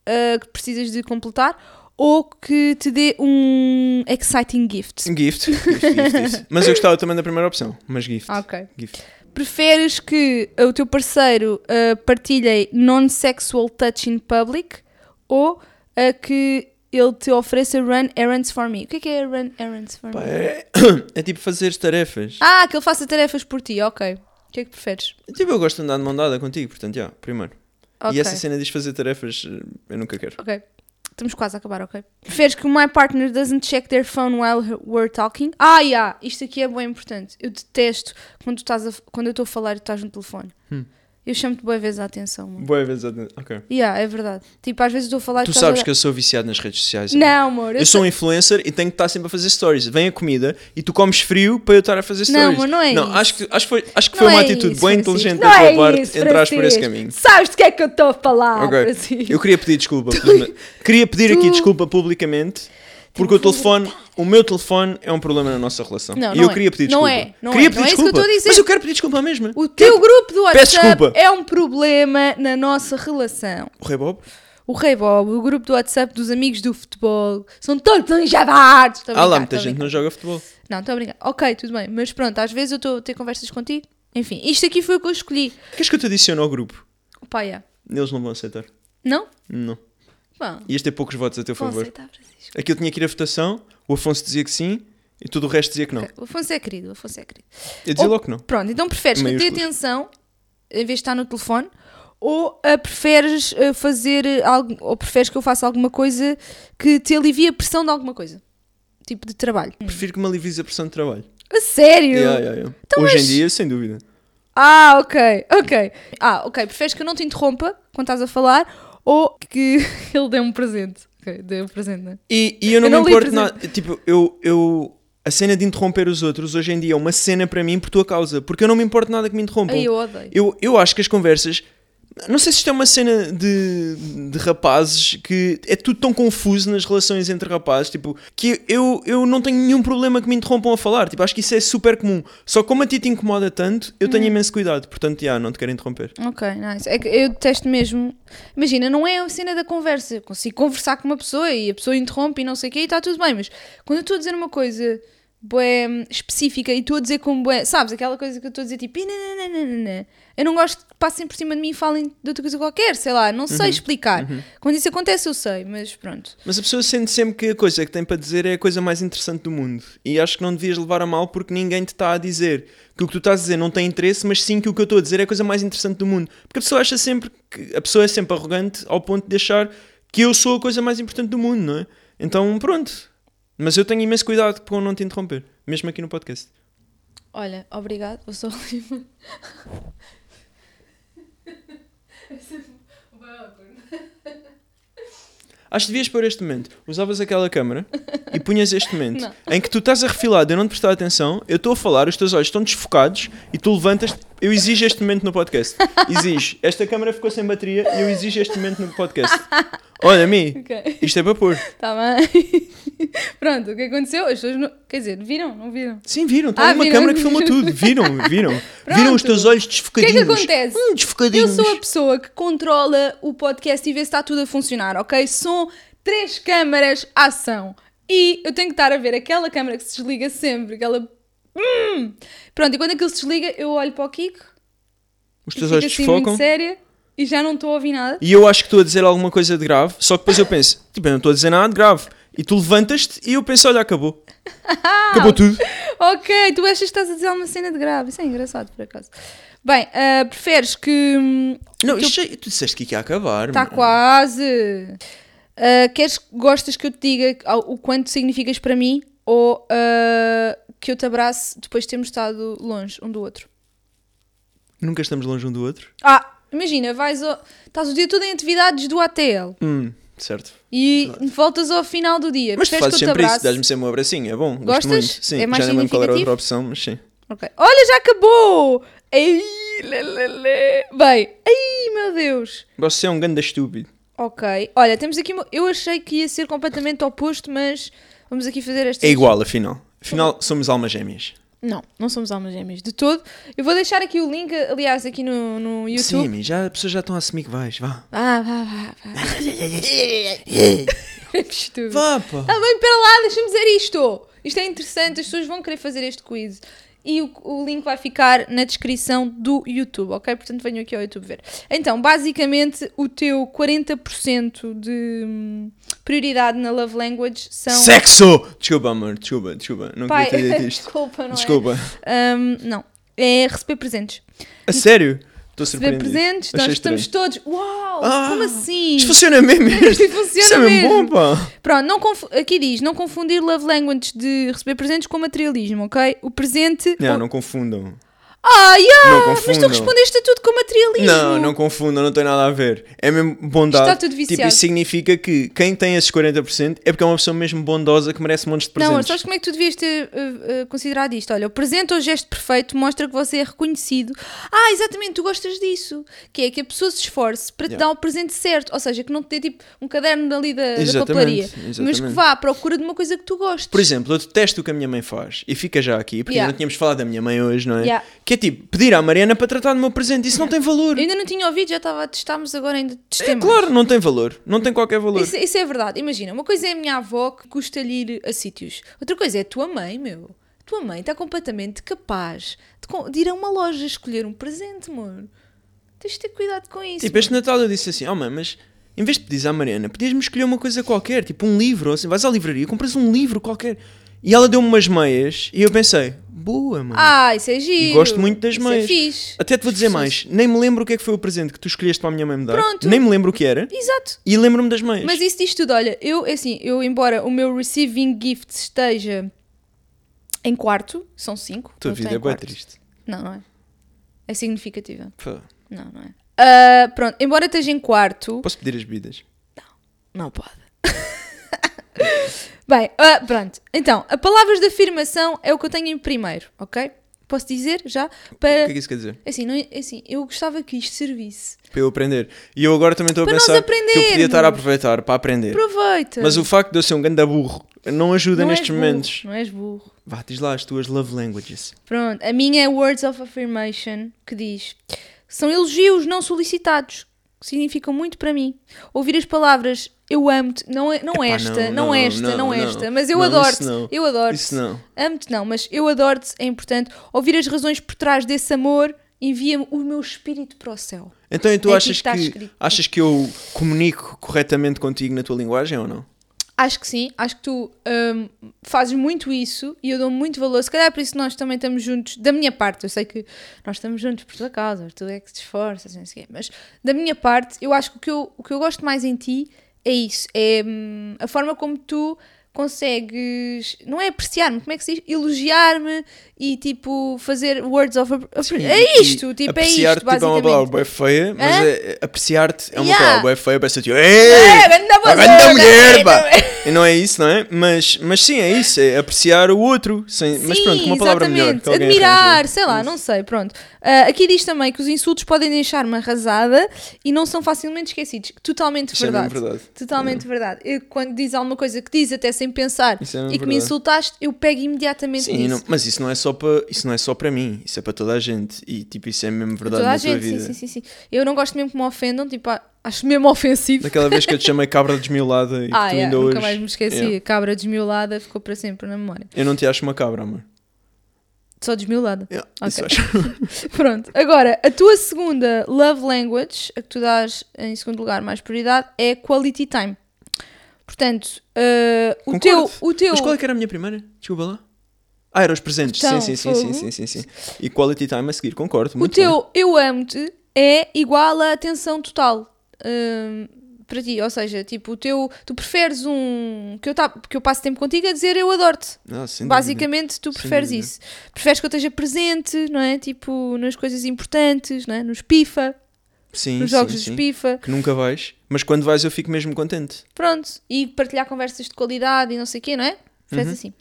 [SPEAKER 1] ah, que precisas de completar ou que te dê um exciting gift?
[SPEAKER 2] Gift. gift, gift, gift. Mas eu gostava também da primeira opção. Mas gift.
[SPEAKER 1] Ah, ok.
[SPEAKER 2] Gift.
[SPEAKER 1] Preferes que o teu parceiro ah, partilhe non-sexual touch in public ou ah, que ele te ofereça run errands for me? O que é que é run errands for
[SPEAKER 2] Pá,
[SPEAKER 1] me?
[SPEAKER 2] é... é tipo fazer tarefas.
[SPEAKER 1] Ah, que ele faça tarefas por ti, ok. O que é que preferes?
[SPEAKER 2] Tipo, eu gosto de andar de mão dada contigo. Portanto, já, primeiro.
[SPEAKER 1] Ok.
[SPEAKER 2] E essa cena diz fazer tarefas, eh, eu nunca quero.
[SPEAKER 1] Ok. Estamos quase a acabar, ok? Preferes que o my partner doesn't check their phone while he- we're talking? Ah, yeah, isto aqui é bem importante. Eu detesto quando, tu estás a f- quando eu estou a falar e tu estás no telefone.
[SPEAKER 2] Hum.
[SPEAKER 1] Eu chamo-te boa vez a atenção, mano.
[SPEAKER 2] Boa vez. Ok.
[SPEAKER 1] Yeah, é verdade. Tipo, às vezes eu estou a falar e
[SPEAKER 2] Tu
[SPEAKER 1] estás a
[SPEAKER 2] sabes
[SPEAKER 1] dar-
[SPEAKER 2] que eu sou viciado nas redes sociais.
[SPEAKER 1] Não, amor.
[SPEAKER 2] Eu sou um influencer e tenho que estar sempre a fazer stories. Vem a comida e tu comes frio para eu estar a fazer
[SPEAKER 1] Não,
[SPEAKER 2] stories.
[SPEAKER 1] mas não é isso.
[SPEAKER 2] acho que, acho que foi, acho que
[SPEAKER 1] Não
[SPEAKER 2] foi uma
[SPEAKER 1] é isso,
[SPEAKER 2] atitude bem
[SPEAKER 1] Francisco.
[SPEAKER 2] inteligente
[SPEAKER 1] Não
[SPEAKER 2] da tua
[SPEAKER 1] é
[SPEAKER 2] parte
[SPEAKER 1] isso,
[SPEAKER 2] entrares por esse
[SPEAKER 1] Francisco.
[SPEAKER 2] caminho.
[SPEAKER 1] Sabes do que é que eu estou a falar,
[SPEAKER 2] Ok.
[SPEAKER 1] Francisco?
[SPEAKER 2] Eu quelia pedir desculpa. Fernanda. Queria pedir aqui
[SPEAKER 1] tu-
[SPEAKER 2] desculpa publicamente porque o telefone, o meu telefone é um problema na nossa relação.
[SPEAKER 1] Não,
[SPEAKER 2] e
[SPEAKER 1] não
[SPEAKER 2] eu
[SPEAKER 1] é.
[SPEAKER 2] queria pedir
[SPEAKER 1] Não
[SPEAKER 2] desculpa.
[SPEAKER 1] é, não
[SPEAKER 2] queria
[SPEAKER 1] é,
[SPEAKER 2] pedir
[SPEAKER 1] não é isso que eu
[SPEAKER 2] desculpa.
[SPEAKER 1] estou a dizer.
[SPEAKER 2] Mas eu quero pedir desculpa mesmo.
[SPEAKER 1] O teu grupo do
[SPEAKER 2] Peço
[SPEAKER 1] WhatsApp
[SPEAKER 2] desculpa.
[SPEAKER 1] é um problema na nossa relação.
[SPEAKER 2] O Rei Bob?
[SPEAKER 1] O Rei Bob, o grupo do WhatsApp dos amigos do futebol, são todos enjabados. Tô a
[SPEAKER 2] Há
[SPEAKER 1] brincar,
[SPEAKER 2] lá
[SPEAKER 1] tô
[SPEAKER 2] muita
[SPEAKER 1] a
[SPEAKER 2] gente
[SPEAKER 1] brincar.
[SPEAKER 2] não joga futebol.
[SPEAKER 1] Não, estou a brincar. Ok, tudo bem, mas pronto, às vezes eu estou a ter conversas contigo. Enfim, isto aqui foi o que eu escolhi.
[SPEAKER 2] Queres que eu te adicione ao grupo?
[SPEAKER 1] Opa, yeah.
[SPEAKER 2] Eles não vão aceitar.
[SPEAKER 1] Não?
[SPEAKER 2] Não.
[SPEAKER 1] Bom,
[SPEAKER 2] Ias ter poucos votos a teu
[SPEAKER 1] vão
[SPEAKER 2] favor.
[SPEAKER 1] aceitar, Francisco.
[SPEAKER 2] Aquilo tinha que ir à votação, o Afonso dizia que sim e todo o resto dizia que não.
[SPEAKER 1] Ok, O Afonso é querido, o Afonso é querido.
[SPEAKER 2] Eu dizia
[SPEAKER 1] Ou-
[SPEAKER 2] logo que não.
[SPEAKER 1] Pronto, então preferes que eu te dê
[SPEAKER 2] Maiúsculas.
[SPEAKER 1] atenção em vez de estar no telefone ou ah, preferes ah, fazer ah, algo, ou preferes que eu faça alguma coisa que te alivie a pressão de alguma coisa? Tipo de trabalho.
[SPEAKER 2] Prefiro que me alivies a pressão de trabalho.
[SPEAKER 1] A sério?
[SPEAKER 2] Yeah, yeah, yeah. Hoje em dia, sem dúvida.
[SPEAKER 1] Ah, ok, ok. Ah, ok. Preferes que eu não te interrompa quando estás a falar ou que ele dê um presente? Ok, dê um presente, não é?
[SPEAKER 2] E, e eu não,
[SPEAKER 1] Eu não
[SPEAKER 2] me
[SPEAKER 1] li,
[SPEAKER 2] importo
[SPEAKER 1] por
[SPEAKER 2] nada. Tipo, eu, eu. A cena de interromper os outros hoje em dia é uma cena para mim por tua causa. Porque eu não me importo nada que me interrompam.
[SPEAKER 1] Ai, eu odeio.
[SPEAKER 2] Eu, eu acho que as conversas. Não sei se isto é uma cena de, de rapazes que é tudo tão confuso nas relações entre rapazes, tipo, que eu, eu não tenho nenhum problema que me interrompam a falar. Tipo, acho que isso é super comum. Só como a ti te incomoda tanto, eu tenho imenso cuidado. Portanto, já, não te quero interromper.
[SPEAKER 1] Ok, nice. É que eu detesto mesmo. Imagina, não é a cena da conversa. Eu consigo conversar com uma pessoa e a pessoa interrompe e não sei o quê e está tudo bem, mas quando eu estou a dizer uma coisa bué, hum, específica e estou a dizer como bué, sabes, aquela coisa que eu estou a dizer tipo, "Ih, nã, nã, nã, nã, nã", eu não gosto que passem por cima de mim e falem de outra coisa qualquer, sei lá, não sei explicar. Quando isso acontece, eu sei, mas pronto.
[SPEAKER 2] Mas a pessoa sente sempre que a coisa que tem para dizer é a coisa mais interessante do mundo. E acho que não devias levar a mal porque ninguém te está a dizer que o que tu estás a dizer não tem interesse, mas sim que o que eu estou a dizer é a coisa mais interessante do mundo. Porque a pessoa acha sempre que. A pessoa é sempre arrogante ao ponto de achar que eu sou a coisa mais importante do mundo, não é? Então pronto. Mas eu tenho imenso cuidado com não te interromper, mesmo aqui no podcast.
[SPEAKER 1] Olha, obrigado, eu sou a Lima. É sempre bué awkward.
[SPEAKER 2] Acho que devias pôr este momento. Usavas aquela câmera e punhas este momento em que tu estás a refilar, de eu não te prestar atenção, eu estou a falar, os teus olhos estão desfocados e tu levantas. Eu exijo este momento no podcast. Exijo. Esta câmera ficou sem bateria e eu exijo este momento no podcast. Olha, Mi,
[SPEAKER 1] Ok.
[SPEAKER 2] isto é para pôr.
[SPEAKER 1] Tá bem. Pronto, o que aconteceu? As pessoas não. Quer dizer, viram? Não viram?
[SPEAKER 2] Sim, viram, está
[SPEAKER 1] Ah,
[SPEAKER 2] ali uma
[SPEAKER 1] viram.
[SPEAKER 2] câmera que filma tudo. Viram, viram. Viram os teus olhos
[SPEAKER 1] O que é
[SPEAKER 2] desfocadinhos.
[SPEAKER 1] que acontece?
[SPEAKER 2] Hum,
[SPEAKER 1] Eu
[SPEAKER 2] desfocadinhos.
[SPEAKER 1] sou a pessoa que controla o podcast e vê se está tudo a funcionar, ok? São três câmaras à ação. E eu tenho que estar a ver aquela câmara que se desliga sempre, aquela. Hum! Pronto, e quando aquilo se desliga, eu olho para o Kiko,
[SPEAKER 2] Os
[SPEAKER 1] e
[SPEAKER 2] teus
[SPEAKER 1] fico
[SPEAKER 2] olhos
[SPEAKER 1] assim muito
[SPEAKER 2] desfocam.
[SPEAKER 1] séria e já não estou a ouvir nada.
[SPEAKER 2] E eu acho que estou a dizer alguma coisa de grave, só que depois eu penso, tipo, eu não estou a dizer nada de grave. E tu levantas-te e eu penso, olha, acabou. Acabou tudo.
[SPEAKER 1] Ok, tu achas que estás a dizer uma cena de grave? Isso é engraçado, por acaso. Bem, ah, preferes que. hum,
[SPEAKER 2] Não, isto, já- tu disseste que ia acabar.
[SPEAKER 1] Está
[SPEAKER 2] mano.
[SPEAKER 1] Tá quase. Ah, queres, gostas que eu te diga ao- o quanto significas para mim ou ah, que eu te abrace depois de termos estado longe um do outro?
[SPEAKER 2] Nunca estamos longe um do outro.
[SPEAKER 1] Ah, imagina, vais ao- estás o dia todo em atividades do ATL
[SPEAKER 2] Hum, certo.
[SPEAKER 1] e voltas ao final do dia.
[SPEAKER 2] Mas tu
[SPEAKER 1] Preferes
[SPEAKER 2] fazes
[SPEAKER 1] que eu te
[SPEAKER 2] sempre isso,
[SPEAKER 1] abrace?
[SPEAKER 2] dás-me sempre um abracinho, é bom. gosto
[SPEAKER 1] Gostas?
[SPEAKER 2] muito. Sim,
[SPEAKER 1] É mais
[SPEAKER 2] já não lembro qual era a outra
[SPEAKER 1] significativo?
[SPEAKER 2] opção, mas sim.
[SPEAKER 1] Ok. Olha, já acabou! Ei, lê, lê, lê. Bem, ai meu Deus!
[SPEAKER 2] Você é um ganda estúpido.
[SPEAKER 1] Ok, olha, temos aqui. uma- Eu achei que ia ser completamente oposto, mas vamos aqui fazer esta.
[SPEAKER 2] É igual, afinal. Afinal, somos almas gêmeas.
[SPEAKER 1] Não, não somos almas gêmeas de todo. Eu vou deixar aqui o link, aliás, aqui no, no
[SPEAKER 2] Sim,
[SPEAKER 1] YouTube.
[SPEAKER 2] amigo, já as pessoas já estão a assumir que vais, vá. É,
[SPEAKER 1] Ah, vá, vá, vá. É. Estúpido.
[SPEAKER 2] Vá, pá.
[SPEAKER 1] Tá bem, pera lá, deixa-me dizer isto. Isto é interessante, as pessoas vão querer fazer este quiz. E o, o link vai ficar na descrição do YouTube, ok? Portanto, venham aqui ao YouTube ver. Então, basicamente, o teu 40% de hum, prioridade na Love Language são.
[SPEAKER 2] Sexo! Desculpa, amor, desculpa, desculpa. Não
[SPEAKER 1] Então. Pai,
[SPEAKER 2] queria ter dito isto.
[SPEAKER 1] desculpa, não
[SPEAKER 2] Desculpa.
[SPEAKER 1] é? Hum, não, é receber presentes.
[SPEAKER 2] A sério? Estou
[SPEAKER 1] Receber
[SPEAKER 2] surpreendido.
[SPEAKER 1] presentes,
[SPEAKER 2] Achei
[SPEAKER 1] nós estamos
[SPEAKER 2] estranho.
[SPEAKER 1] todos. Uau!
[SPEAKER 2] Ah,
[SPEAKER 1] como assim?
[SPEAKER 2] Isto funciona mesmo.
[SPEAKER 1] Isto funciona
[SPEAKER 2] Isso é mesmo
[SPEAKER 1] mesmo.
[SPEAKER 2] bom, pá.
[SPEAKER 1] Pronto, não confu- aqui diz, não confundir love language de receber presentes com materialismo, ok? O presente...
[SPEAKER 2] Não, não confundam.
[SPEAKER 1] Ah, yeah,
[SPEAKER 2] Não
[SPEAKER 1] mas tu
[SPEAKER 2] confundam.
[SPEAKER 1] respondeste a tudo com materialismo.
[SPEAKER 2] Não, não confundam, não tem nada a ver. É mesmo bondade.
[SPEAKER 1] Está tudo viciado.
[SPEAKER 2] Tipo, isso significa que quem tem esses 40% é porque é uma pessoa mesmo bondosa que merece montes de
[SPEAKER 1] Não, mas
[SPEAKER 2] presentes.
[SPEAKER 1] sabes como é que tu devias ter uh, uh, considerado isto? Olha, o presente ou gesto perfeito mostra que você é reconhecido. Ah, exatamente, tu gostas disso. Que é que a pessoa se esforce para te
[SPEAKER 2] Yeah.
[SPEAKER 1] dar o presente certo. Ou seja, que não te dê tipo um caderno dali da, da
[SPEAKER 2] Exatamente,
[SPEAKER 1] papelaria. Mas que
[SPEAKER 2] exatamente.
[SPEAKER 1] vá à procura de uma coisa que tu gostes.
[SPEAKER 2] Por exemplo, eu detesto o que a minha mãe faz. E fica já aqui, porque
[SPEAKER 1] Yeah.
[SPEAKER 2] ainda não tínhamos falado da minha mãe hoje, não é?
[SPEAKER 1] Yeah.
[SPEAKER 2] Que é tipo, pedir à Mariana para tratar do meu presente. Isso não tem valor.
[SPEAKER 1] Eu ainda não tinha ouvido, já estava a testar, mas agora ainda testei
[SPEAKER 2] É
[SPEAKER 1] mais.
[SPEAKER 2] claro, não tem valor. Não tem qualquer valor.
[SPEAKER 1] Isso, isso é verdade. Imagina, uma coisa é a minha avó que custa-lhe ir a sítios. Outra coisa é a tua mãe, meu. A Tua mãe está completamente capaz de, co- de ir a uma loja escolher um presente, amor. Tens de ter cuidado com isso.
[SPEAKER 2] Tipo, este Natal eu disse assim: Oh, mãe, mas em vez de pedires à Mariana, podias-me escolher uma coisa qualquer, tipo um livro, ou assim, vais à livraria, compras um livro qualquer. E ela deu-me umas meias e eu pensei: Boa, mãe.
[SPEAKER 1] Ah, isso é giro.
[SPEAKER 2] E gosto muito das
[SPEAKER 1] isso
[SPEAKER 2] mães.
[SPEAKER 1] É fixe.
[SPEAKER 2] Até te vou dizer mais: nem me lembro o que é que foi o presente que tu escolheste para a minha mãe me dar,
[SPEAKER 1] Pronto.
[SPEAKER 2] nem me lembro o que era,
[SPEAKER 1] Exato.
[SPEAKER 2] e lembro-me das meias.
[SPEAKER 1] Mas isso diz tudo. Olha, eu, é assim, eu, embora o meu receiving gift esteja em quarto, são cinco.
[SPEAKER 2] Tua
[SPEAKER 1] ele está em
[SPEAKER 2] vida é bem
[SPEAKER 1] quarto.
[SPEAKER 2] triste.
[SPEAKER 1] Não, não é? É significativa.
[SPEAKER 2] Pá,
[SPEAKER 1] Não, não é. Ah, pronto, embora esteja em quarto.
[SPEAKER 2] Posso pedir as bebidas?
[SPEAKER 1] Não pode. Bem, ah, pronto. Então, a palavras de afirmação é o que eu tenho em primeiro, ok? Posso dizer já?
[SPEAKER 2] O
[SPEAKER 1] Para.
[SPEAKER 2] que é que isso quer dizer?
[SPEAKER 1] Assim, não, assim, eu gostava que isto servisse.
[SPEAKER 2] Para eu aprender. E eu agora também estou a
[SPEAKER 1] Para nós é?
[SPEAKER 2] pensar que eu podia estar a
[SPEAKER 1] aprendermos.
[SPEAKER 2] aproveitar para aprender.
[SPEAKER 1] Aproveita!
[SPEAKER 2] Mas o facto de eu ser um ganda burro não ajuda
[SPEAKER 1] Não és
[SPEAKER 2] nestes
[SPEAKER 1] burro,
[SPEAKER 2] momentos.
[SPEAKER 1] Não és burro.
[SPEAKER 2] Vá, diz lá as tuas love languages.
[SPEAKER 1] Pronto, a minha é Words of Affirmation, que diz: São elogios não solicitados, que significam muito para mim. Ouvir as palavras eu amo-te, não, é- não
[SPEAKER 2] Epá,
[SPEAKER 1] esta,
[SPEAKER 2] não,
[SPEAKER 1] não,
[SPEAKER 2] não,
[SPEAKER 1] esta,
[SPEAKER 2] não,
[SPEAKER 1] não,
[SPEAKER 2] não.
[SPEAKER 1] esta, mas eu
[SPEAKER 2] Não,
[SPEAKER 1] adoro-te,
[SPEAKER 2] isso não.
[SPEAKER 1] eu adoro-te.
[SPEAKER 2] Isso não.
[SPEAKER 1] Amo-te não, mas eu adoro-te, é importante. Ouvir as razões por trás desse amor envia-me o meu espírito para o céu.
[SPEAKER 2] Então e tu
[SPEAKER 1] É aqui
[SPEAKER 2] achas,
[SPEAKER 1] que está
[SPEAKER 2] que,
[SPEAKER 1] escrito.
[SPEAKER 2] achas que eu comunico corretamente contigo na tua linguagem ou não?
[SPEAKER 1] Acho que sim, acho que tu hum, fazes muito isso e eu dou muito valor. Se calhar por isso nós também estamos juntos, da minha parte, eu sei que nós estamos juntos por tua causa, tu é que te esforças, não sei o quê, mas da minha parte, eu acho que o que eu, o que eu gosto mais em ti é isso, é hum, a forma como tu consegues, não é apreciar-me, como é que se diz? Elogiar-me e tipo fazer words of. app- é
[SPEAKER 2] E
[SPEAKER 1] isto, tipo, é
[SPEAKER 2] apreciar-te,
[SPEAKER 1] isto,
[SPEAKER 2] tipo, é uma
[SPEAKER 1] basicamente.
[SPEAKER 2] palavra bem feia, mas
[SPEAKER 1] Hã?
[SPEAKER 2] é- é- apreciar-te é uma
[SPEAKER 1] Yeah.
[SPEAKER 2] palavra bem feia, parece tipo,
[SPEAKER 1] É,
[SPEAKER 2] "Ei,
[SPEAKER 1] ganda
[SPEAKER 2] a
[SPEAKER 1] bazooka,
[SPEAKER 2] grande mulher,
[SPEAKER 1] é,
[SPEAKER 2] pá!"
[SPEAKER 1] não é?
[SPEAKER 2] E não é isso, não é? Mas, mas sim, é isso, é apreciar o outro, sem, mas pronto, com uma palavra melhor. que alguém
[SPEAKER 1] Admirar,
[SPEAKER 2] arranja.
[SPEAKER 1] sei lá, não sei, pronto. Ah, aqui diz também que os insultos podem deixar-me arrasada e não são facilmente esquecidos. Totalmente
[SPEAKER 2] Isso é
[SPEAKER 1] verdade.
[SPEAKER 2] mesmo verdade. É.
[SPEAKER 1] Totalmente verdade. Eu, quando diz alguma coisa que diz até sem pensar
[SPEAKER 2] Isso é mesmo
[SPEAKER 1] e que me
[SPEAKER 2] verdade.
[SPEAKER 1] insultaste, eu pego imediatamente
[SPEAKER 2] Sim, e
[SPEAKER 1] nisso.
[SPEAKER 2] não- mas isso não é só para isso não é só para mim, isso é para toda a gente e tipo isso é mesmo verdade
[SPEAKER 1] Toda
[SPEAKER 2] na
[SPEAKER 1] a
[SPEAKER 2] tua
[SPEAKER 1] gente, sim,
[SPEAKER 2] vida.
[SPEAKER 1] sim, sim, sim. Eu não gosto mesmo que me ofendam, tipo, ah, acho mesmo ofensivo.
[SPEAKER 2] Daquela vez que eu te chamei cabra desmiolada e que
[SPEAKER 1] Ah,
[SPEAKER 2] tu
[SPEAKER 1] é,
[SPEAKER 2] ainda
[SPEAKER 1] nunca
[SPEAKER 2] hoje
[SPEAKER 1] mais me esqueci.
[SPEAKER 2] Yeah.
[SPEAKER 1] A cabra desmiolada ficou para sempre na memória.
[SPEAKER 2] eu não te acho uma cabra, amor.
[SPEAKER 1] Só desmiolada.
[SPEAKER 2] Yeah,
[SPEAKER 1] Ok.
[SPEAKER 2] isso acho.
[SPEAKER 1] Pronto, agora, a tua segunda love language, a que tu dás em segundo lugar mais prioridade, é quality time. Portanto, eh, o
[SPEAKER 2] Concordo.
[SPEAKER 1] teu. O teu
[SPEAKER 2] Mas qual é que era a minha primeira? Desculpa lá. Ah, era os presentes.
[SPEAKER 1] Então,
[SPEAKER 2] sim, sim, sim,
[SPEAKER 1] fogo.
[SPEAKER 2] sim, sim, sim, sim. E quality time a seguir, concordo.
[SPEAKER 1] o
[SPEAKER 2] muito bem.
[SPEAKER 1] teu eu amo-te é igual à atenção total hum, para ti. Ou seja, tipo, o teu. Tu preferes um. Que eu, tá, que eu passe tempo contigo a dizer eu adoro-te.
[SPEAKER 2] Ah, sem dúvida.
[SPEAKER 1] Basicamente, tu
[SPEAKER 2] Sem
[SPEAKER 1] preferes
[SPEAKER 2] dúvida.
[SPEAKER 1] isso. Preferes que eu esteja presente, não é? Tipo, nas coisas importantes, não é? Nos pifa,
[SPEAKER 2] Sim,
[SPEAKER 1] nos
[SPEAKER 2] sim,
[SPEAKER 1] jogos dos
[SPEAKER 2] sim.
[SPEAKER 1] pifa.
[SPEAKER 2] Que nunca vais, mas quando vais eu fico mesmo contente.
[SPEAKER 1] Pronto, e partilhar conversas de qualidade e não sei o quê, não é? Faz assim.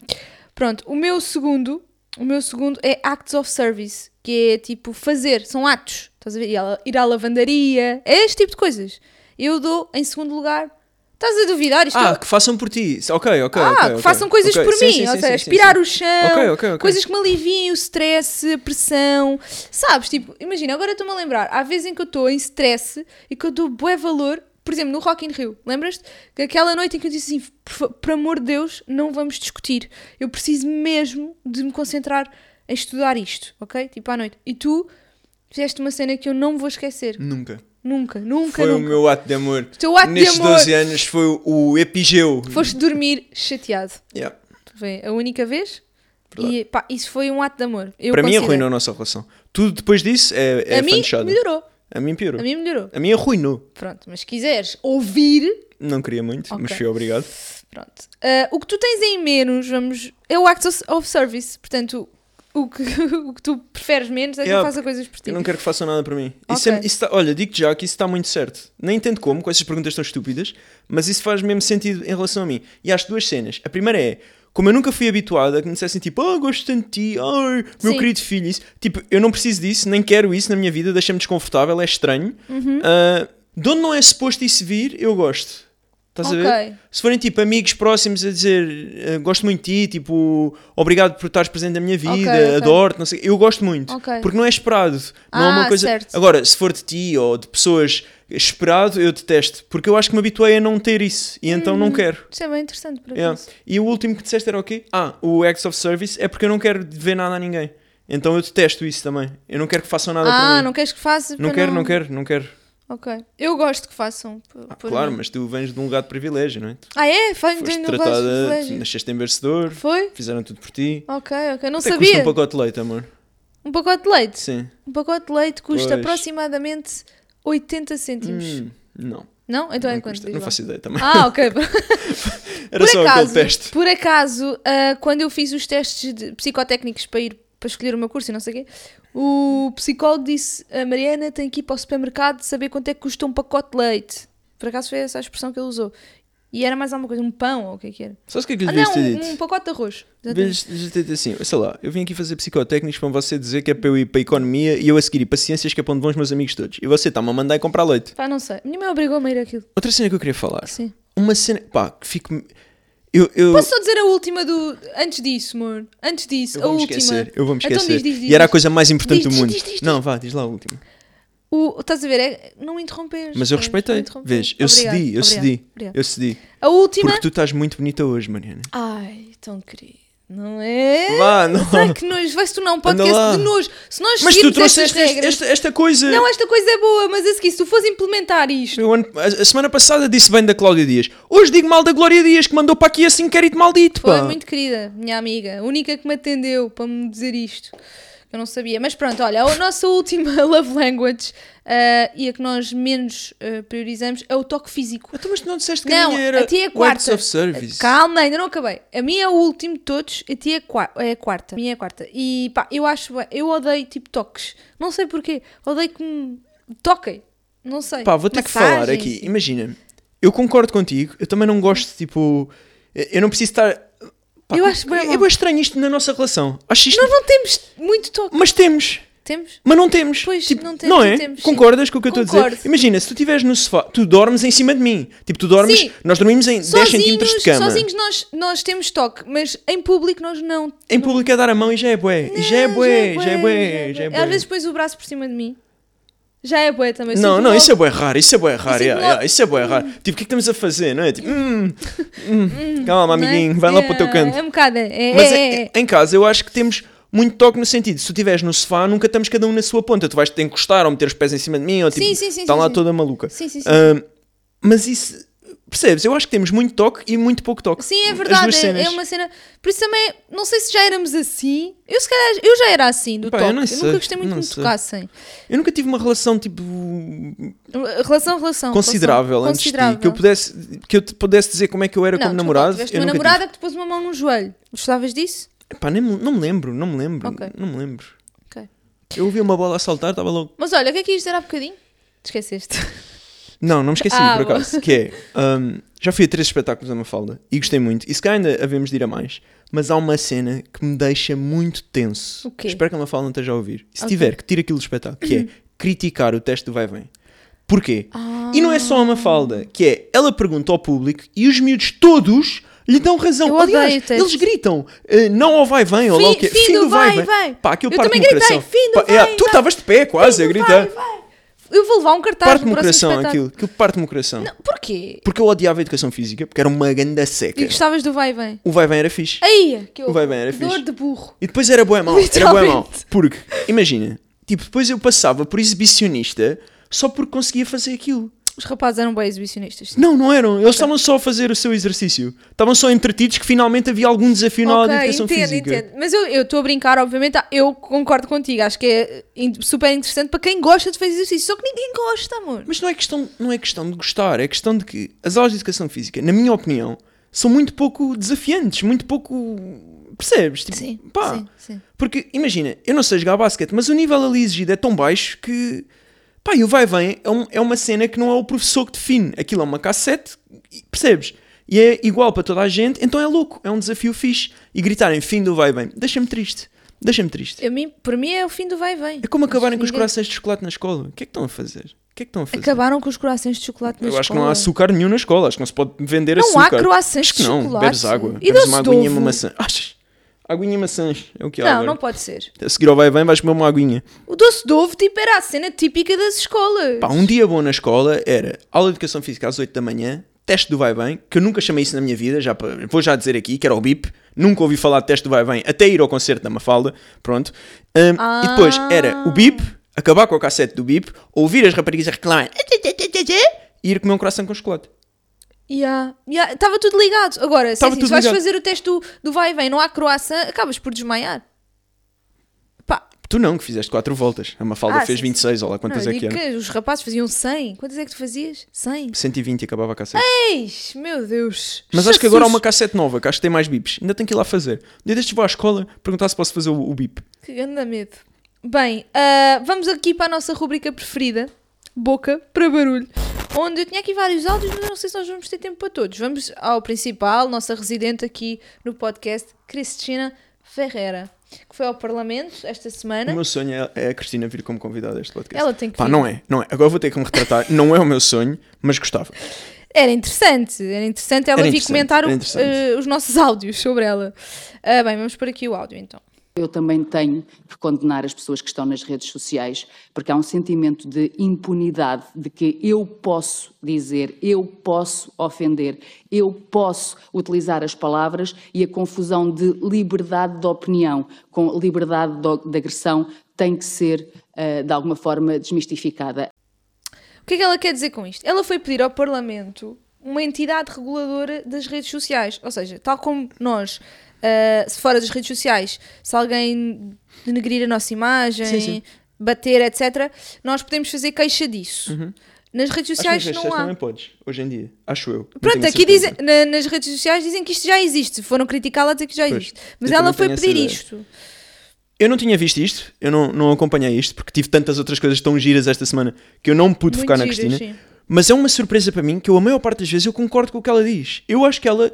[SPEAKER 1] Pronto, o meu segundo, o meu segundo é acts of service, que é tipo fazer, são atos. Estás a ver? Ir à- Ir à lavandaria, é este tipo de coisas. Eu dou em segundo lugar. Estás a duvidar? Isto
[SPEAKER 2] Ah,
[SPEAKER 1] é-
[SPEAKER 2] que façam por ti. Ok, ok.
[SPEAKER 1] Ah,
[SPEAKER 2] ok,
[SPEAKER 1] que
[SPEAKER 2] ok.
[SPEAKER 1] façam coisas
[SPEAKER 2] Ok,
[SPEAKER 1] por
[SPEAKER 2] sim,
[SPEAKER 1] mim,
[SPEAKER 2] sim,
[SPEAKER 1] ou
[SPEAKER 2] sim,
[SPEAKER 1] seja,
[SPEAKER 2] sim, sim.
[SPEAKER 1] aspirar o chão,
[SPEAKER 2] Ok, ok, ok.
[SPEAKER 1] coisas que me aliviem o stress, a pressão, sabes? Tipo, imagina, agora estou-me a lembrar, há vezes em que eu estou em stress e que eu dou bué valor, por exemplo, no Rock in Rio, lembras-te? Que Aquela noite em que eu disse assim, por, fa- por amor de Deus, não vamos discutir, eu preciso mesmo de me concentrar em estudar isto, ok? Tipo, à noite. E tu fizeste uma cena que eu não me vou esquecer,
[SPEAKER 2] Nunca.
[SPEAKER 1] nunca, nunca,
[SPEAKER 2] Foi o
[SPEAKER 1] nunca.
[SPEAKER 2] meu ato de amor.
[SPEAKER 1] teu ato de
[SPEAKER 2] Nestes
[SPEAKER 1] amor.
[SPEAKER 2] 12 anos foi o epigeu.
[SPEAKER 1] Foste dormir chateado.
[SPEAKER 2] Yeah.
[SPEAKER 1] Foi a única vez.
[SPEAKER 2] Verdade.
[SPEAKER 1] E pá, isso foi um ato de amor. Eu
[SPEAKER 2] Para mim
[SPEAKER 1] considero.
[SPEAKER 2] arruinou a nossa relação. Tudo depois disso é, é
[SPEAKER 1] a mim
[SPEAKER 2] fanchada.
[SPEAKER 1] melhorou.
[SPEAKER 2] A mim piorou.
[SPEAKER 1] A mim melhorou.
[SPEAKER 2] A mim arruinou.
[SPEAKER 1] Pronto, mas se quiseres ouvir,
[SPEAKER 2] Não queria muito, mas
[SPEAKER 1] Ok.
[SPEAKER 2] fui obrigado.
[SPEAKER 1] pronto. Ah, o que tu tens em menos, vamos, é o act of- of service. Portanto, o que, o que tu preferes menos é que
[SPEAKER 2] Yeah,
[SPEAKER 1] eu faça coisas por ti.
[SPEAKER 2] Eu não quero que façam nada para mim. Isso
[SPEAKER 1] Ok.
[SPEAKER 2] é- isso tá- olha, digo já que isso está muito certo. Nem entendo como, com essas perguntas tão estúpidas, mas isso faz mesmo sentido em relação a mim. E acho duas cenas. A primeira é, como eu nunca fui habituada a que me dissessem tipo, oh, gosto tanto de ti, ai, meu
[SPEAKER 1] Sim.
[SPEAKER 2] querido filho, isso. Tipo, eu não preciso disso, nem quero isso na minha vida, deixa-me desconfortável, é estranho.
[SPEAKER 1] Uhum.
[SPEAKER 2] Ah, de onde não é suposto isso vir, eu gosto. Estás
[SPEAKER 1] Ok.
[SPEAKER 2] a ver? Se forem tipo amigos próximos a dizer "Ah, gosto muito de ti, tipo obrigado por estares presente na minha vida,
[SPEAKER 1] Ok, ok.
[SPEAKER 2] adoro-te, não sei, eu gosto muito.
[SPEAKER 1] Ok.
[SPEAKER 2] Porque não é esperado. Não é
[SPEAKER 1] Ah,
[SPEAKER 2] uma coisa.
[SPEAKER 1] certo.
[SPEAKER 2] Agora, se for de ti ou de pessoas esperado, eu detesto. Porque eu acho que me habituei a não ter isso. E então não quero.
[SPEAKER 1] Isso é bem interessante para
[SPEAKER 2] Yeah. E o último que disseste era o quê? Ah, o acts of service é porque eu não quero ver nada a ninguém. Então eu detesto isso também. Eu não quero que façam nada para
[SPEAKER 1] Ah,
[SPEAKER 2] mim.
[SPEAKER 1] não queres que faça?
[SPEAKER 2] Não,
[SPEAKER 1] para
[SPEAKER 2] quero, não quero, não quero.
[SPEAKER 1] Ok. Eu gosto que façam. por-
[SPEAKER 2] Ah,
[SPEAKER 1] por
[SPEAKER 2] claro,
[SPEAKER 1] mim.
[SPEAKER 2] mas tu vens de um lugar de privilégio, não é? Tu
[SPEAKER 1] Ah, é? Foi,
[SPEAKER 2] foste
[SPEAKER 1] não gosto de
[SPEAKER 2] tratada, tu
[SPEAKER 1] privilégio.
[SPEAKER 2] nasceste em vencedor,
[SPEAKER 1] Foi?
[SPEAKER 2] fizeram tudo por ti.
[SPEAKER 1] Ok, ok. Não
[SPEAKER 2] Até custa
[SPEAKER 1] sabia.
[SPEAKER 2] um pacote de leite, amor.
[SPEAKER 1] um pacote de leite.
[SPEAKER 2] Sim.
[SPEAKER 1] Um pacote de leite custa
[SPEAKER 2] Pois.
[SPEAKER 1] aproximadamente 80 cêntimos.
[SPEAKER 2] Hum, não,
[SPEAKER 1] Não? Então é
[SPEAKER 2] não,
[SPEAKER 1] quanto?
[SPEAKER 2] custa.
[SPEAKER 1] Diz
[SPEAKER 2] não
[SPEAKER 1] lá.
[SPEAKER 2] faço ideia também.
[SPEAKER 1] Ah, ok. Ah,
[SPEAKER 2] Era só aquele teste.
[SPEAKER 1] Por acaso, ah, quando eu fiz os testes de- psicotécnicos para ir para escolher o meu curso e não sei o quê, O psicólogo disse: a Mariana tem que ir para o supermercado saber quanto é que custa um pacote de leite. Por acaso foi essa a expressão que ele usou. E era mais alguma coisa, um pão ou o que é que era?
[SPEAKER 2] Sabes o que é que
[SPEAKER 1] Ah,
[SPEAKER 2] lhe devias
[SPEAKER 1] não,
[SPEAKER 2] ter
[SPEAKER 1] um,
[SPEAKER 2] dito?
[SPEAKER 1] um pacote de arroz. Exatamente.
[SPEAKER 2] Devias devias ter dito assim, sei lá, eu vim aqui fazer psicotécnicos para você dizer que é para eu ir para a economia e eu a seguir ir para ciências que é para onde vão os meus amigos todos. E você está-me a mandar ir comprar leite.
[SPEAKER 1] Pá, não sei. Minha mãe obrigou-me a ir àquilo.
[SPEAKER 2] Outra cena que eu queria falar.
[SPEAKER 1] Sim.
[SPEAKER 2] Uma cena, pá, que fico... Eu, eu,
[SPEAKER 1] Posso só dizer a última do. Antes disso, amor. Antes disso,
[SPEAKER 2] eu
[SPEAKER 1] a
[SPEAKER 2] vou-me
[SPEAKER 1] última.
[SPEAKER 2] esquecer, eu vou-me
[SPEAKER 1] Então
[SPEAKER 2] esquecer.
[SPEAKER 1] diz, diz, diz,
[SPEAKER 2] e era a
[SPEAKER 1] diz.
[SPEAKER 2] coisa mais importante
[SPEAKER 1] Diz,
[SPEAKER 2] do
[SPEAKER 1] diz,
[SPEAKER 2] mundo.
[SPEAKER 1] diz, diz, diz.
[SPEAKER 2] Não, vá, diz lá a última.
[SPEAKER 1] O, estás a ver? É, não interromperes.
[SPEAKER 2] Mas eu
[SPEAKER 1] Pois, não
[SPEAKER 2] respeitei.
[SPEAKER 1] interromperes.
[SPEAKER 2] Vês, eu
[SPEAKER 1] Obrigada,
[SPEAKER 2] cedi, eu
[SPEAKER 1] obrigada,
[SPEAKER 2] cedi.
[SPEAKER 1] obrigada.
[SPEAKER 2] Eu cedi.
[SPEAKER 1] A última.
[SPEAKER 2] Porque tu estás muito bonita hoje, Mariana.
[SPEAKER 1] Ai, tão querido. Não é?
[SPEAKER 2] Vá, não.
[SPEAKER 1] Ai, que nojo. Vai-se tornar um
[SPEAKER 2] lá.
[SPEAKER 1] podcast de nojo. Se nós
[SPEAKER 2] Mas tu
[SPEAKER 1] seguirmos estas
[SPEAKER 2] trouxeste esta,
[SPEAKER 1] regras.
[SPEAKER 2] esta, esta coisa.
[SPEAKER 1] Não, esta coisa é boa, mas a seguir, se tu fores implementar isto.
[SPEAKER 2] Eu ano- a, a semana passada disse bem da Cláudia Dias. Hoje digo mal da Glória Dias, que mandou para aqui esse inquérito maldito.
[SPEAKER 1] Foi
[SPEAKER 2] Pá.
[SPEAKER 1] muito querida, minha amiga. A única que me atendeu para me dizer isto. Eu não sabia. Mas pronto, olha, a nossa última love language ah, e a que nós menos ah, priorizamos é o toque físico.
[SPEAKER 2] Então, mas tu não disseste que a
[SPEAKER 1] Não,
[SPEAKER 2] minha era
[SPEAKER 1] a ti é a
[SPEAKER 2] o Acts
[SPEAKER 1] quarta.
[SPEAKER 2] of Service.
[SPEAKER 1] Calma, ainda não acabei. A minha é o último de todos, a ti é, qua- é a quarta. A minha é a quarta. E pá, eu acho bem, eu odeio tipo toques. Não sei porquê. Odeio que me toquem. Não sei.
[SPEAKER 2] Pá, vou ter que
[SPEAKER 1] Massagens.
[SPEAKER 2] falar aqui. Imagina, eu concordo contigo, eu também não gosto, tipo. eu- Eu não preciso estar. Pá,
[SPEAKER 1] Eu acho bem
[SPEAKER 2] é,
[SPEAKER 1] mal.
[SPEAKER 2] é bué estranho isto na nossa relação. Acho isto.
[SPEAKER 1] Nós não temos muito toque.
[SPEAKER 2] Mas temos.
[SPEAKER 1] Temos?
[SPEAKER 2] Mas não temos.
[SPEAKER 1] Pois,
[SPEAKER 2] Tipo,
[SPEAKER 1] não
[SPEAKER 2] não,
[SPEAKER 1] temos,
[SPEAKER 2] é?
[SPEAKER 1] não temos,
[SPEAKER 2] Concordas com o que eu estou a dizer?
[SPEAKER 1] Concordo.
[SPEAKER 2] Imagina, se tu estiveres no sofá, tu dormes em cima de mim. Tipo, tu dormes.
[SPEAKER 1] Sim.
[SPEAKER 2] Nós dormimos em 10 centímetros de cama.
[SPEAKER 1] Sozinhos nós, nós temos toque, mas em público nós não.
[SPEAKER 2] Em público é dar a mão e já é bué. E já é
[SPEAKER 1] Não,
[SPEAKER 2] bué, já é
[SPEAKER 1] já
[SPEAKER 2] bué, já é
[SPEAKER 1] Às vezes
[SPEAKER 2] bué.
[SPEAKER 1] pões o braço por cima de mim. Já é bué também.
[SPEAKER 2] Não,
[SPEAKER 1] sinto
[SPEAKER 2] não,
[SPEAKER 1] logo-
[SPEAKER 2] isso é bué raro, isso é bué raro,
[SPEAKER 1] sinto
[SPEAKER 2] yeah,
[SPEAKER 1] logo-
[SPEAKER 2] yeah, isso é bué raro. Tipo, o que é que estamos a fazer, não é? Tipo, hum, hum, calma,
[SPEAKER 1] não é?
[SPEAKER 2] amiguinho, vai lá para o teu
[SPEAKER 1] É,
[SPEAKER 2] canto.
[SPEAKER 1] É um bocado, é. é,
[SPEAKER 2] Mas
[SPEAKER 1] é,
[SPEAKER 2] em-
[SPEAKER 1] é.
[SPEAKER 2] em casa eu acho que temos muito toque no sentido, se tu estiveres no sofá, nunca estamos cada um na sua ponta. Tu vais te encostar ou meter os pés em cima de mim, ou tipo,
[SPEAKER 1] Sim, sim, sim,
[SPEAKER 2] está
[SPEAKER 1] sim,
[SPEAKER 2] lá
[SPEAKER 1] sim.
[SPEAKER 2] toda maluca.
[SPEAKER 1] Sim, sim, sim.
[SPEAKER 2] Ahm, mas isso, percebes? Eu acho que temos muito toque e muito pouco toque.
[SPEAKER 1] Sim, é
[SPEAKER 2] As
[SPEAKER 1] verdade,
[SPEAKER 2] duas
[SPEAKER 1] é,
[SPEAKER 2] cenas.
[SPEAKER 1] é uma cena. Por isso também, não sei se já éramos assim. Eu se calhar, eu já era assim do
[SPEAKER 2] Pá, eu
[SPEAKER 1] toque. Eu,
[SPEAKER 2] não sei,
[SPEAKER 1] nunca gostei muito
[SPEAKER 2] não
[SPEAKER 1] que me
[SPEAKER 2] sei.
[SPEAKER 1] tocassem.
[SPEAKER 2] Eu nunca tive uma relação tipo
[SPEAKER 1] Relação, relação.
[SPEAKER 2] considerável
[SPEAKER 1] relação,
[SPEAKER 2] antes de ti, que eu pudesse que eu te pudesse dizer como é que eu era
[SPEAKER 1] Não,
[SPEAKER 2] como
[SPEAKER 1] desculpa,
[SPEAKER 2] namorado.
[SPEAKER 1] Tiveste um
[SPEAKER 2] eu
[SPEAKER 1] uma
[SPEAKER 2] nunca
[SPEAKER 1] namorada que te pôs uma mão no joelho. Gostavas disso?
[SPEAKER 2] tive. Pá, nem me- não me lembro, não me lembro,
[SPEAKER 1] Ok.
[SPEAKER 2] não me lembro.
[SPEAKER 1] Ok.
[SPEAKER 2] Eu ouvi uma bola a saltar, estava logo.
[SPEAKER 1] Mas olha, o que é que ias dizer há bocadinho? Te esqueceste.
[SPEAKER 2] Não, não me esqueci,
[SPEAKER 1] Ah,
[SPEAKER 2] por
[SPEAKER 1] boa.
[SPEAKER 2] acaso. Que é. hum, já fui a três espetáculos da Mafalda e gostei muito. E se calhar ainda havemos de ir a mais. Mas há uma cena que me deixa muito tenso.
[SPEAKER 1] O quê?
[SPEAKER 2] Espero que a Mafalda não esteja a ouvir. E se
[SPEAKER 1] Ok.
[SPEAKER 2] tiver, que tire aquilo do espetáculo. Que é criticar o teste do vai-vem. Porquê?
[SPEAKER 1] Ah.
[SPEAKER 2] E não é só a Mafalda, que é. Ela pergunta ao público e os miúdos todos lhe dão razão.
[SPEAKER 1] Eu odeio
[SPEAKER 2] Aliás,
[SPEAKER 1] o teste.
[SPEAKER 2] eles gritam eh, não ao vai-vem ou é, lá o quê?
[SPEAKER 1] Fim- fim do vai-vem.
[SPEAKER 2] Pá, aquilo
[SPEAKER 1] Eu
[SPEAKER 2] parte
[SPEAKER 1] também
[SPEAKER 2] no
[SPEAKER 1] gritei,
[SPEAKER 2] coração.
[SPEAKER 1] fim do
[SPEAKER 2] Pá, é,
[SPEAKER 1] vai-vem.
[SPEAKER 2] Tu estavas de pé quase a gritar.
[SPEAKER 1] Eu vou levar um cartaz
[SPEAKER 2] Parte-me
[SPEAKER 1] no
[SPEAKER 2] o
[SPEAKER 1] próximo
[SPEAKER 2] coração é
[SPEAKER 1] espetáculo.
[SPEAKER 2] aquilo. Aquilo parte-me o coração.
[SPEAKER 1] Não, porquê?
[SPEAKER 2] Porque eu odiava a educação física, porque era uma ganda seca.
[SPEAKER 1] E gostavas do vai e vem.
[SPEAKER 2] O vai bem era fixe.
[SPEAKER 1] Aí, que eu
[SPEAKER 2] O vai bem era
[SPEAKER 1] dor
[SPEAKER 2] fixe.
[SPEAKER 1] de burro.
[SPEAKER 2] E depois era boé mal. Era boé mal.
[SPEAKER 1] Literalmente.
[SPEAKER 2] Porque, imagina, tipo, depois eu passava por exibicionista só porque conseguia fazer aquilo.
[SPEAKER 1] Os rapazes eram bem exibicionistas.
[SPEAKER 2] Não, não eram. Eles estavam só a fazer o seu exercício. Estavam só entretidos que finalmente havia algum desafio na aula de educação física.
[SPEAKER 1] Mas eu eu estou a brincar, obviamente, ah, eu concordo contigo. Acho que é in- super interessante para quem gosta de fazer exercício. Só que ninguém gosta, amor.
[SPEAKER 2] Mas não é, questão, não é questão de gostar, é questão de que as aulas de educação física, na minha opinião, são muito pouco desafiantes, muito pouco. Percebes? Tipo,
[SPEAKER 1] Sim,
[SPEAKER 2] pá.
[SPEAKER 1] sim, sim.
[SPEAKER 2] Porque, imagina, eu não sei jogar basquete, mas o nível ali exigido é tão baixo que. Pá, e o vai-vem é, um- é uma cena que não é o professor que define. Aquilo é uma cassete, e- percebes? E é igual para toda a gente, então é louco, é um desafio fixe. E gritarem fim do vai-vem, deixa-me triste, deixa-me triste.
[SPEAKER 1] Eu, mim, por mim é o fim do vai e vem.
[SPEAKER 2] É como acabarem com os
[SPEAKER 1] Ninguém-
[SPEAKER 2] corações de chocolate na escola. O que é que estão a fazer? O que é que estão a fazer?
[SPEAKER 1] Acabaram com os corações de chocolate na
[SPEAKER 2] Eu acho que não
[SPEAKER 1] escola.
[SPEAKER 2] há açúcar nenhum na escola, acho que não se pode vender
[SPEAKER 1] Não há
[SPEAKER 2] açúcar.
[SPEAKER 1] croissants
[SPEAKER 2] acho que
[SPEAKER 1] de
[SPEAKER 2] não,
[SPEAKER 1] chocolate.
[SPEAKER 2] bebes água,
[SPEAKER 1] E
[SPEAKER 2] bebes uma
[SPEAKER 1] doce de
[SPEAKER 2] aguinha e uma
[SPEAKER 1] ovo?
[SPEAKER 2] maçã. Achas? Aguinha e maçãs, é o que há
[SPEAKER 1] Não,
[SPEAKER 2] agora.
[SPEAKER 1] não pode ser.
[SPEAKER 2] A seguir ao vai-vem vais comer uma aguinha.
[SPEAKER 1] O doce de ovo, tipo, era a cena típica das escolas.
[SPEAKER 2] Pá, um dia bom na escola era aula de educação física às 8 da manhã, teste do vai-vem, que eu nunca chamei isso na minha vida, já, pa- vou já dizer aqui, que era o BIP, nunca ouvi falar de teste do vai-vem até ir ao concerto da Mafalda, pronto. Ahm, E depois
[SPEAKER 1] Ah.
[SPEAKER 2] era o BIP, acabar com a cassete do BIP, ouvir as raparigas a reclamar e ir comer um coração com chocolate.
[SPEAKER 1] Ya, ya, Estava tudo ligado. Agora, se,
[SPEAKER 2] Estava
[SPEAKER 1] assim,
[SPEAKER 2] tudo
[SPEAKER 1] se vais
[SPEAKER 2] ligado.
[SPEAKER 1] fazer o teste do, do vai e vem, não há croissant, acabas por desmaiar. Pá,
[SPEAKER 2] Tu não, que fizeste 4 voltas, a Mafalda
[SPEAKER 1] Ah,
[SPEAKER 2] fez
[SPEAKER 1] sim, sim.
[SPEAKER 2] 26, olha lá
[SPEAKER 1] não,
[SPEAKER 2] quantas
[SPEAKER 1] eu
[SPEAKER 2] é que
[SPEAKER 1] digo
[SPEAKER 2] era.
[SPEAKER 1] que os rapazes faziam 100. Quantas é que tu fazias? 100?
[SPEAKER 2] 120 e acabava a cassete.
[SPEAKER 1] Eis, meu Deus.
[SPEAKER 2] Mas acho que agora há uma
[SPEAKER 1] Jesus,
[SPEAKER 2] cassete nova, que acho que tem mais bips. Ainda tenho que ir lá fazer. Um dia destes vou à escola perguntar se posso fazer o, o bip.
[SPEAKER 1] Que grande medo. Bem, ah, vamos aqui para a nossa rubrica preferida, Boca para Barulho, onde eu tinha aqui vários áudios, mas eu não sei se nós vamos ter tempo para todos. Vamos ao principal, nossa residente aqui no podcast, Cristina Ferreira, que foi ao Parlamento esta semana.
[SPEAKER 2] O meu sonho é, é a Cristina vir como convidada a este podcast.
[SPEAKER 1] Né? Ela tem que
[SPEAKER 2] Pá,
[SPEAKER 1] vir.
[SPEAKER 2] não é, não é. Agora vou ter que me retratar. não é o meu sonho, mas gostava.
[SPEAKER 1] Era interessante, era interessante ela
[SPEAKER 2] Era
[SPEAKER 1] vir
[SPEAKER 2] interessante,
[SPEAKER 1] comentar o-
[SPEAKER 2] era interessante.
[SPEAKER 1] eh, os nossos áudios sobre ela. Ah, bem, vamos por aqui o áudio então.
[SPEAKER 3] Eu também tenho por condenar as pessoas que estão nas redes sociais, porque há um sentimento de impunidade, de que eu posso dizer, eu posso ofender, eu posso utilizar as palavras e a confusão de liberdade de opinião com liberdade de de agressão tem que ser, eh, de alguma forma, desmistificada.
[SPEAKER 1] O que é que ela quer dizer com isto? Ela foi pedir ao Parlamento uma entidade reguladora das redes sociais. Ou seja, tal como nós, ah, se fora das redes sociais, se alguém denegrir a nossa imagem,
[SPEAKER 2] Sim, sim.
[SPEAKER 1] bater, etc., nós podemos fazer queixa disso. Nas redes
[SPEAKER 2] Uhum. Acho que nas
[SPEAKER 1] sociais
[SPEAKER 2] redes
[SPEAKER 1] não
[SPEAKER 2] sociais
[SPEAKER 1] há.
[SPEAKER 2] também podes, hoje em dia. Acho eu. Não
[SPEAKER 1] Pronto,
[SPEAKER 2] tenho
[SPEAKER 1] aqui
[SPEAKER 2] certeza.
[SPEAKER 1] dizem, na- nas redes sociais dizem que isto já existe. Foram criticá-la a dizer que já
[SPEAKER 2] Pois,
[SPEAKER 1] existe. Mas
[SPEAKER 2] eu
[SPEAKER 1] ela
[SPEAKER 2] também
[SPEAKER 1] foi
[SPEAKER 2] tenho essa
[SPEAKER 1] pedir
[SPEAKER 2] ideia.
[SPEAKER 1] isto.
[SPEAKER 2] Eu não tinha visto isto, eu não, não acompanhei isto, porque tive tantas outras coisas tão giras esta semana que eu não pude
[SPEAKER 1] Muito
[SPEAKER 2] focar na
[SPEAKER 1] giras,
[SPEAKER 2] Cristina.
[SPEAKER 1] sim.
[SPEAKER 2] Mas é uma surpresa para mim que eu, a maior parte das vezes, eu concordo com o que ela diz. Eu acho que ela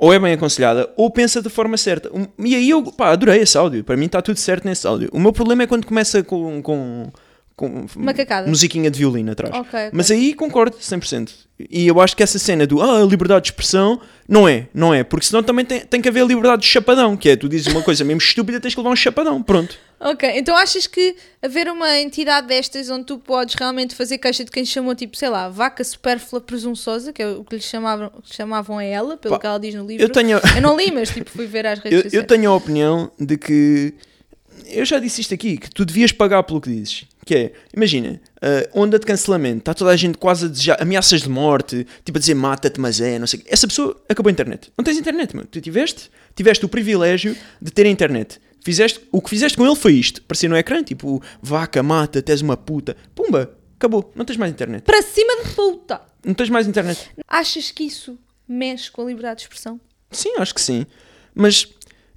[SPEAKER 2] ou é bem aconselhada ou pensa de forma certa. Um, E aí eu, pá, adorei esse áudio. Para mim está tudo certo nesse áudio. O meu problema é quando começa com. com com
[SPEAKER 1] Macacada.
[SPEAKER 2] musiquinha de violino atrás.
[SPEAKER 1] Ok, ok.
[SPEAKER 2] Mas aí concordo 100%. E eu acho que essa cena do ah, liberdade de expressão, não é, não é. Porque senão também tem, tem que haver liberdade de chapadão, que é tu dizes uma coisa mesmo estúpida, tens que levar um chapadão. Pronto.
[SPEAKER 1] Ok, então achas que haver uma entidade destas onde tu podes realmente fazer queixa de quem chamou, tipo, sei lá, vaca supérflua presunçosa, que é o que lhe chamavam, chamavam a ela, pelo
[SPEAKER 2] Pá,
[SPEAKER 1] que ela diz no livro.
[SPEAKER 2] eu tenho-
[SPEAKER 1] Eu não li, mas tipo, fui ver às redes
[SPEAKER 2] eu, eu
[SPEAKER 1] sociais.
[SPEAKER 2] tenho a opinião de que eu já disse isto aqui, que tu devias pagar pelo que dizes. Que é, imagina, ah, onda de cancelamento, está toda a gente quase a desejar ameaças de morte, tipo a dizer mata-te, mas é, não sei o quê. Essa pessoa acabou a internet. Não tens internet, meu. Tu tiveste, tiveste o privilégio de ter a internet. Fizeste, o que fizeste com ele foi isto. Parecia no ecrã, tipo, vaca, mata, tens uma puta. Pumba, acabou. Não tens mais internet.
[SPEAKER 1] Para cima de puta!
[SPEAKER 2] Não tens mais internet.
[SPEAKER 1] Achas que isso mexe com a liberdade de expressão?
[SPEAKER 2] Sim, acho que sim. Mas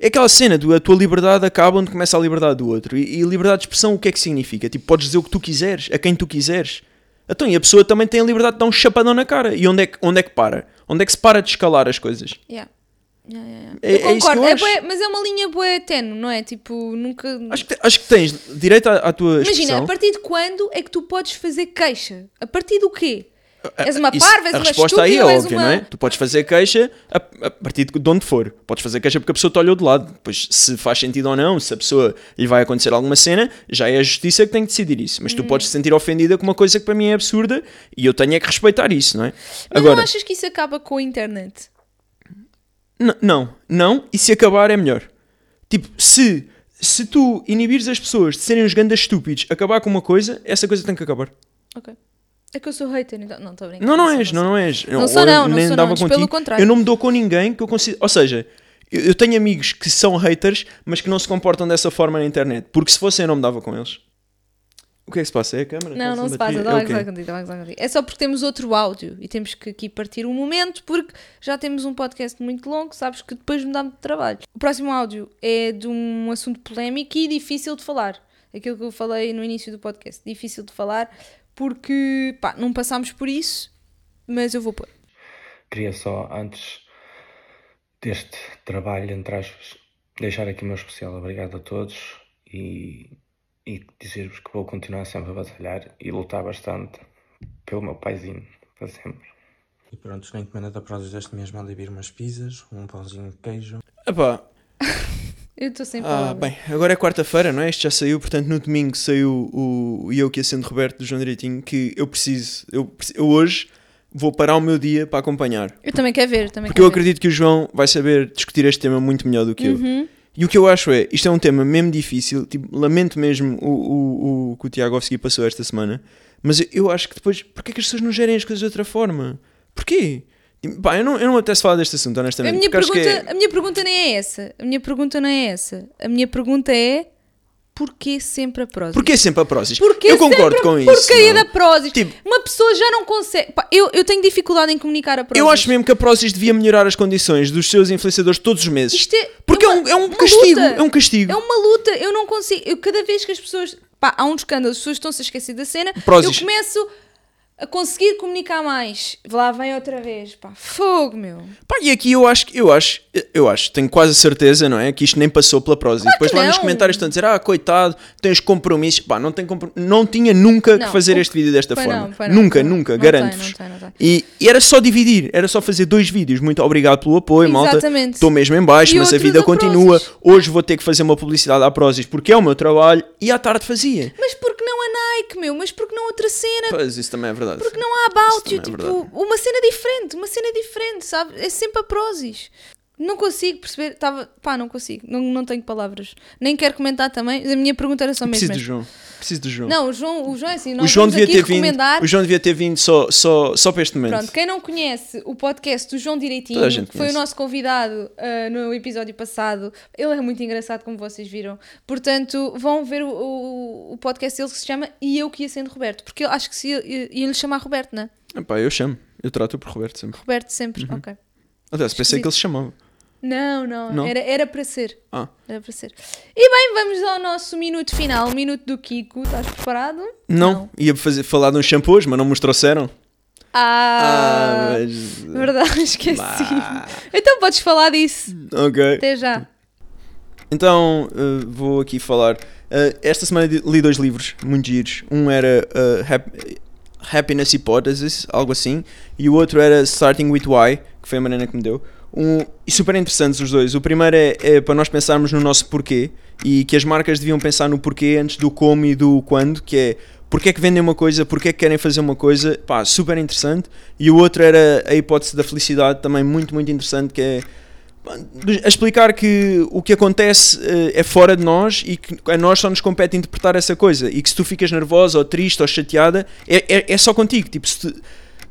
[SPEAKER 2] é aquela cena do a tua liberdade acaba onde começa a liberdade do outro. E, e liberdade de expressão o que é que significa? Tipo, podes dizer o que tu quiseres, a quem tu quiseres. Então, e a pessoa também tem a liberdade de dar um chapadão na cara. E onde é que, onde é que para? Onde é que se para de escalar as coisas?
[SPEAKER 1] Yeah. Yeah, yeah, yeah.
[SPEAKER 2] É- é isso
[SPEAKER 1] eu
[SPEAKER 2] que
[SPEAKER 1] concordo,
[SPEAKER 2] eu
[SPEAKER 1] é
[SPEAKER 2] acho.
[SPEAKER 1] bué- mas é uma linha boa tenue, não é? Tipo, nunca.
[SPEAKER 2] Acho que, te- acho que tens direito à, à tua
[SPEAKER 1] Imagina,
[SPEAKER 2] expressão.
[SPEAKER 1] a partir de quando é que tu podes fazer queixa? A partir do quê?
[SPEAKER 2] A-
[SPEAKER 1] És uma
[SPEAKER 2] É, isso-
[SPEAKER 1] parva, és
[SPEAKER 2] A
[SPEAKER 1] uma
[SPEAKER 2] resposta
[SPEAKER 1] estúpida,
[SPEAKER 2] aí é
[SPEAKER 1] ou és
[SPEAKER 2] óbvia,
[SPEAKER 1] uma...
[SPEAKER 2] não é? Tu podes fazer queixa a, a partir de onde for. Podes fazer queixa porque a pessoa te olhou de lado. Depois, se faz sentido ou não, se a pessoa lhe vai acontecer alguma cena, já é a justiça que tem que decidir isso.
[SPEAKER 1] Hum.
[SPEAKER 2] Mas tu podes te sentir ofendida com uma coisa que para mim é absurda e eu tenho é que respeitar isso, não é?
[SPEAKER 1] Mas
[SPEAKER 2] Agora,
[SPEAKER 1] não achas que isso acaba com a internet?
[SPEAKER 2] N- não, não, e se acabar é melhor. Tipo, se, se tu inibires as pessoas de serem os grandes estúpidos, acabar com uma coisa, essa coisa tem que acabar.
[SPEAKER 1] Ok. É que eu sou hater, então. Não, estou brincando.
[SPEAKER 2] Não, não
[SPEAKER 1] sou,
[SPEAKER 2] és, não, não és.
[SPEAKER 1] Não sou
[SPEAKER 2] eu
[SPEAKER 1] não, não
[SPEAKER 2] nem
[SPEAKER 1] sou
[SPEAKER 2] dava
[SPEAKER 1] não, diz
[SPEAKER 2] contigo.
[SPEAKER 1] pelo contrário.
[SPEAKER 2] Eu não me dou com ninguém que eu consigo. Ou seja, eu, eu tenho amigos que são haters, mas que não se comportam dessa forma na internet. Porque se fossem, eu não me dava com eles. O que é que se passa? É a câmera?
[SPEAKER 1] Não, não se passa, dá lá que vai contigo, dá lá que vai contigo. É só porque temos outro áudio e temos que aqui partir um momento porque já temos um podcast muito longo, sabes que depois me dá muito trabalho. O próximo áudio é de um assunto polémico e difícil de falar. Aquilo que eu falei no início do podcast, difícil de falar porque, pá, não passámos por isso, mas eu vou pôr.
[SPEAKER 4] Queria só, antes deste trabalho, entre aspas, deixar aqui o meu especial obrigado a todos e, e dizer-vos que vou continuar sempre a batalhar e lutar bastante pelo meu paizinho, para sempre.
[SPEAKER 5] E pronto, na encomenda da Prozis deste mês mandei vir umas pizzas, um pãozinho de queijo,
[SPEAKER 2] Epá,
[SPEAKER 1] Eu estou sem
[SPEAKER 2] ah,
[SPEAKER 1] palavras.
[SPEAKER 2] bem, agora é quarta-feira, não é? Isto já saiu, portanto, no domingo saiu o E Eu Que Acendo Roberto do João Direitinho, que eu preciso, eu, preci- eu hoje vou parar o meu dia para acompanhar.
[SPEAKER 1] Eu também quero ver, também
[SPEAKER 2] Porque eu
[SPEAKER 1] quero ver.
[SPEAKER 2] acredito que o João vai saber discutir este tema muito melhor do que
[SPEAKER 1] Uhum.
[SPEAKER 2] eu. E o que eu acho é, isto é um tema mesmo difícil, tipo, lamento mesmo o, o, o que o Tiagovski passou esta semana, mas eu, eu acho que depois, porque é que as pessoas não gerem as coisas de outra forma? Porquê? Tipo, Pá, eu não, eu não me apetece falar deste assunto,
[SPEAKER 1] A
[SPEAKER 2] honestamente.
[SPEAKER 1] minha,
[SPEAKER 2] porque acho é-
[SPEAKER 1] pergunta,
[SPEAKER 2] que é-
[SPEAKER 1] a minha pergunta nem é essa. A minha pergunta não é essa. A minha pergunta é porquê sempre a Prozis?
[SPEAKER 2] Porquê é sempre a Prozis?
[SPEAKER 1] Porque é
[SPEAKER 2] eu concordo
[SPEAKER 1] sempre
[SPEAKER 2] com
[SPEAKER 1] a
[SPEAKER 2] isso.
[SPEAKER 1] porcaria
[SPEAKER 2] não é?
[SPEAKER 1] da Prozis.
[SPEAKER 2] Tipo-
[SPEAKER 1] Uma pessoa já não consegue. Pá, eu, eu tenho dificuldade em comunicar a Prozis.
[SPEAKER 2] Eu acho mesmo que a Prozis devia melhorar as condições dos seus influenciadores todos os meses.
[SPEAKER 1] Isto é-
[SPEAKER 2] Porque é,
[SPEAKER 1] uma-
[SPEAKER 2] um, é um
[SPEAKER 1] uma
[SPEAKER 2] castigo.
[SPEAKER 1] luta.
[SPEAKER 2] É um castigo.
[SPEAKER 1] É uma luta, eu não consigo. Eu, cada vez que as pessoas. Pá, há um escândalo, as pessoas estão-se a esquecer da cena.
[SPEAKER 2] Prozis.
[SPEAKER 1] Eu começo a conseguir comunicar mais. Lá vem outra vez, pá. Fogo, meu.
[SPEAKER 2] Pá, e aqui eu acho, que- eu acho, eu acho, tenho quase a certeza, não é? Que isto nem passou pela prosa. e depois
[SPEAKER 1] que
[SPEAKER 2] lá nos
[SPEAKER 1] não.
[SPEAKER 2] comentários estão a dizer, ah, coitado, tens compromissos. Pá, não, tem compro- não tinha nunca
[SPEAKER 1] Não,
[SPEAKER 2] que fazer
[SPEAKER 1] o-
[SPEAKER 2] este vídeo desta
[SPEAKER 1] pois
[SPEAKER 2] forma.
[SPEAKER 1] não, pois não,
[SPEAKER 2] nunca,
[SPEAKER 1] não-
[SPEAKER 2] nunca,
[SPEAKER 1] não tem,
[SPEAKER 2] garanto-vos.
[SPEAKER 1] não tem, não tem.
[SPEAKER 2] E, e era só dividir, era só fazer dois vídeos. Muito obrigado pelo apoio, malta.
[SPEAKER 1] Exatamente.
[SPEAKER 2] Estou mesmo em baixo,
[SPEAKER 1] E
[SPEAKER 2] mas a
[SPEAKER 1] outro
[SPEAKER 2] vida
[SPEAKER 1] da
[SPEAKER 2] continua.
[SPEAKER 1] Prozis.
[SPEAKER 2] Hoje vou ter que fazer uma publicidade à Prozis porque é o meu trabalho e à tarde fazia.
[SPEAKER 1] Mas porque não a Nike, meu? Mas porque não outra cena?
[SPEAKER 2] Pois, isso também é verdade.
[SPEAKER 1] Porque não há about you,
[SPEAKER 2] Isso também é
[SPEAKER 1] tipo, uma cena diferente, uma cena diferente, sabe? É sempre a Prozis. Não consigo perceber, tava, pá, não consigo, não, não tenho palavras. Nem quero comentar também, a minha pergunta era só mesmo.
[SPEAKER 2] Preciso do
[SPEAKER 1] esta.
[SPEAKER 2] João. Preciso do João.
[SPEAKER 1] Não, o João, o João é assim, nós
[SPEAKER 2] o João
[SPEAKER 1] vamos
[SPEAKER 2] devia
[SPEAKER 1] aqui
[SPEAKER 2] ter vindo,
[SPEAKER 1] recomendar.
[SPEAKER 2] o João devia ter vindo só, só, só para este momento.
[SPEAKER 1] Pronto, quem não conhece o podcast do João Direitinho,
[SPEAKER 2] Toda a gente
[SPEAKER 1] que foi o
[SPEAKER 2] conhece.
[SPEAKER 1] nosso convidado ah, no episódio passado, ele é muito engraçado, como vocês viram. Portanto, vão ver o, o, o podcast dele que se chama E Eu Que Ia Sendo Roberto, porque eu acho que se ia- ia- ia-lhe chamar Roberto, não é?
[SPEAKER 2] Epá, eu chamo. Eu trato por Roberto sempre.
[SPEAKER 1] Roberto sempre,
[SPEAKER 2] Uhum.
[SPEAKER 1] ok.
[SPEAKER 2] Aliás, pensei que ele se chamava.
[SPEAKER 1] Não, não,
[SPEAKER 2] Não?
[SPEAKER 1] Era, era para ser.
[SPEAKER 2] Ah,
[SPEAKER 1] Era para ser. E bem, vamos ao nosso minuto final, o minuto do Kiko. Estás preparado?
[SPEAKER 2] não. Ia fazer, falar de uns shampoos, mas não me os trouxeram.
[SPEAKER 1] Ah,
[SPEAKER 2] mas-
[SPEAKER 1] verdade, esqueci.
[SPEAKER 2] Bah.
[SPEAKER 1] Então podes falar disso.
[SPEAKER 2] Ok.
[SPEAKER 1] Até já.
[SPEAKER 2] Então, eh, vou aqui falar. Eh, esta semana di- li dois livros muito giros. Um era eh, Hap- Happiness Hypothesis, algo assim, e o outro era Starting with Why, que foi a maneira que me deu. Um, e super interessantes os dois. O primeiro é, é para nós pensarmos no nosso porquê e que as marcas deviam pensar no porquê antes do como e do quando, que é porque é que vendem uma coisa, porque é que querem fazer uma coisa, pá, super interessante. E o outro era a hipótese da felicidade, também muito, muito interessante, que é a explicar que o que acontece eh, é fora de nós e que a nós só nos compete interpretar essa coisa e que se tu ficas nervosa ou triste ou chateada é, é, é só contigo, tipo se tu,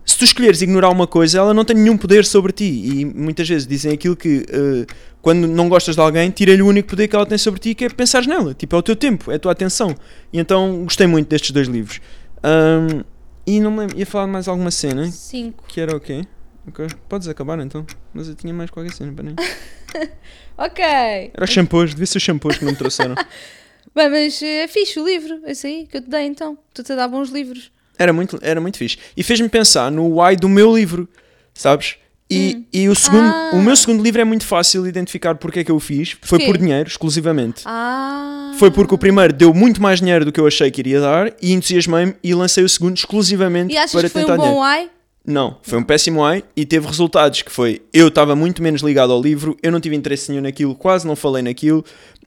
[SPEAKER 2] se tu escolheres ignorar uma coisa ela não tem nenhum poder sobre ti e muitas vezes dizem aquilo que eh, quando não gostas de alguém tira-lhe o único poder que ela tem sobre ti que é pensares nela, tipo é o teu tempo, é a tua atenção e então gostei muito destes dois livros Ahm, e não me lembro, ia falar de mais alguma cena
[SPEAKER 1] Cinco.
[SPEAKER 2] que era o quê? Ok, Podes acabar então, mas eu tinha mais qualquer cena para mim
[SPEAKER 1] Ok.
[SPEAKER 2] era os shampoos, devia ser os shampoos que não me trouxeram.
[SPEAKER 1] Bem, mas eh, é fixe o livro, esse aí que eu te dei então. Tu-te a dar bons livros.
[SPEAKER 2] Era muito, era muito fixe. E fez-me pensar no why do meu livro, sabes? E, e o, segundo,
[SPEAKER 1] Ah.
[SPEAKER 2] o meu segundo livro é muito fácil identificar porque é que eu o fiz. Foi
[SPEAKER 1] Porquê?
[SPEAKER 2] por dinheiro, exclusivamente.
[SPEAKER 1] Ah.
[SPEAKER 2] Foi porque o primeiro deu muito mais dinheiro do que eu achei que iria dar e entusiasmei-me e lancei o segundo exclusivamente
[SPEAKER 1] E achas
[SPEAKER 2] para
[SPEAKER 1] que foi
[SPEAKER 2] tentar
[SPEAKER 1] um
[SPEAKER 2] dinheiro.
[SPEAKER 1] bom ai?
[SPEAKER 2] Não, foi um péssimo ai e teve resultados que foi eu estava muito menos ligado ao livro, eu não tive interesse nenhum naquilo, quase não falei naquilo.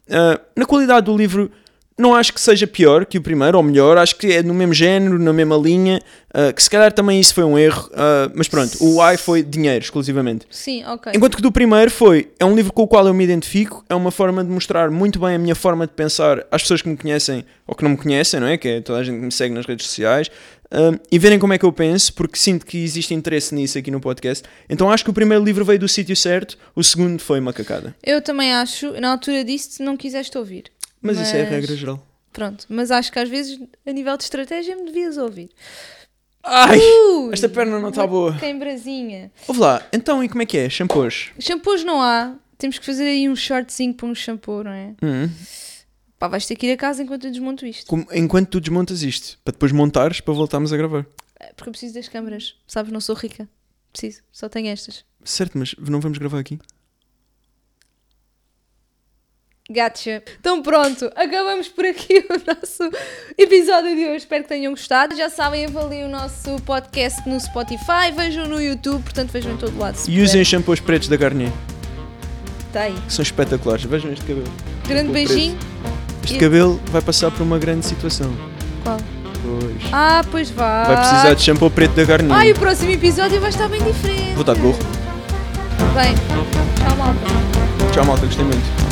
[SPEAKER 2] Ah, na qualidade do livro, não acho que seja pior que o primeiro ou melhor, acho que é no mesmo género, na mesma linha, ah, que se calhar também isso foi um erro, ah, mas pronto, o ai foi dinheiro exclusivamente.
[SPEAKER 1] Sim, ok.
[SPEAKER 2] É. Enquanto que do primeiro foi, é um livro com o qual eu me identifico, é uma forma de mostrar muito bem a minha forma de pensar às pessoas que me conhecem ou que não me conhecem, não é? Que é toda a gente que me segue nas redes sociais hum, e verem como é que eu penso, porque sinto que existe interesse nisso aqui no podcast. Então acho que o primeiro livro veio do sítio certo, o segundo foi macacada.
[SPEAKER 1] Eu também acho, na altura disso, não quiseste ouvir.
[SPEAKER 2] Mas, isso é a regra geral.
[SPEAKER 1] Pronto, mas acho que às vezes, a nível de estratégia, me devias ouvir. Uh,
[SPEAKER 2] Ai!
[SPEAKER 1] Ui,
[SPEAKER 2] esta perna não tá
[SPEAKER 1] uma
[SPEAKER 2] boa.
[SPEAKER 1] Queimbrazinha.
[SPEAKER 2] Ouve lá, então e como é que é? Shampoos?
[SPEAKER 1] Shampoos não há. Temos que fazer aí um shortzinho para um shampoo, não é?
[SPEAKER 2] Hum.
[SPEAKER 1] Pá, vais ter que ir a casa enquanto eu desmonto isto.
[SPEAKER 2] Como- enquanto tu desmontas isto, para depois montares para voltarmos a gravar.
[SPEAKER 1] É, Porque eu preciso das câmaras. Sabes, não sou rica. Preciso. Só tenho estas.
[SPEAKER 2] Certo, mas não vamos gravar aqui.
[SPEAKER 1] Gotcha. Então pronto, acabamos por aqui o nosso episódio de hoje. Espero que tenham gostado. Já sabem, avaliem o nosso podcast no Spotify, vejam no YouTube, portanto vejam em todo lado. se
[SPEAKER 2] E usem
[SPEAKER 1] puderem.
[SPEAKER 2] os shampoos pretos da Garnier.
[SPEAKER 1] Tá aí.
[SPEAKER 2] que são espetaculares. Vejam este cabelo.
[SPEAKER 1] Grande
[SPEAKER 2] Vou
[SPEAKER 1] beijinho.
[SPEAKER 2] Este
[SPEAKER 1] E-
[SPEAKER 2] cabelo vai passar por uma grande situação.
[SPEAKER 1] Qual?
[SPEAKER 2] Pois.
[SPEAKER 1] Ah, pois vá.
[SPEAKER 2] Vai precisar de shampoo preto da Garnier.
[SPEAKER 1] Ai, o próximo episódio vai estar bem diferente.
[SPEAKER 2] Vou estar de gorro.
[SPEAKER 1] Bem, tchau, malta.
[SPEAKER 2] Tchau, malta. Gostei muito.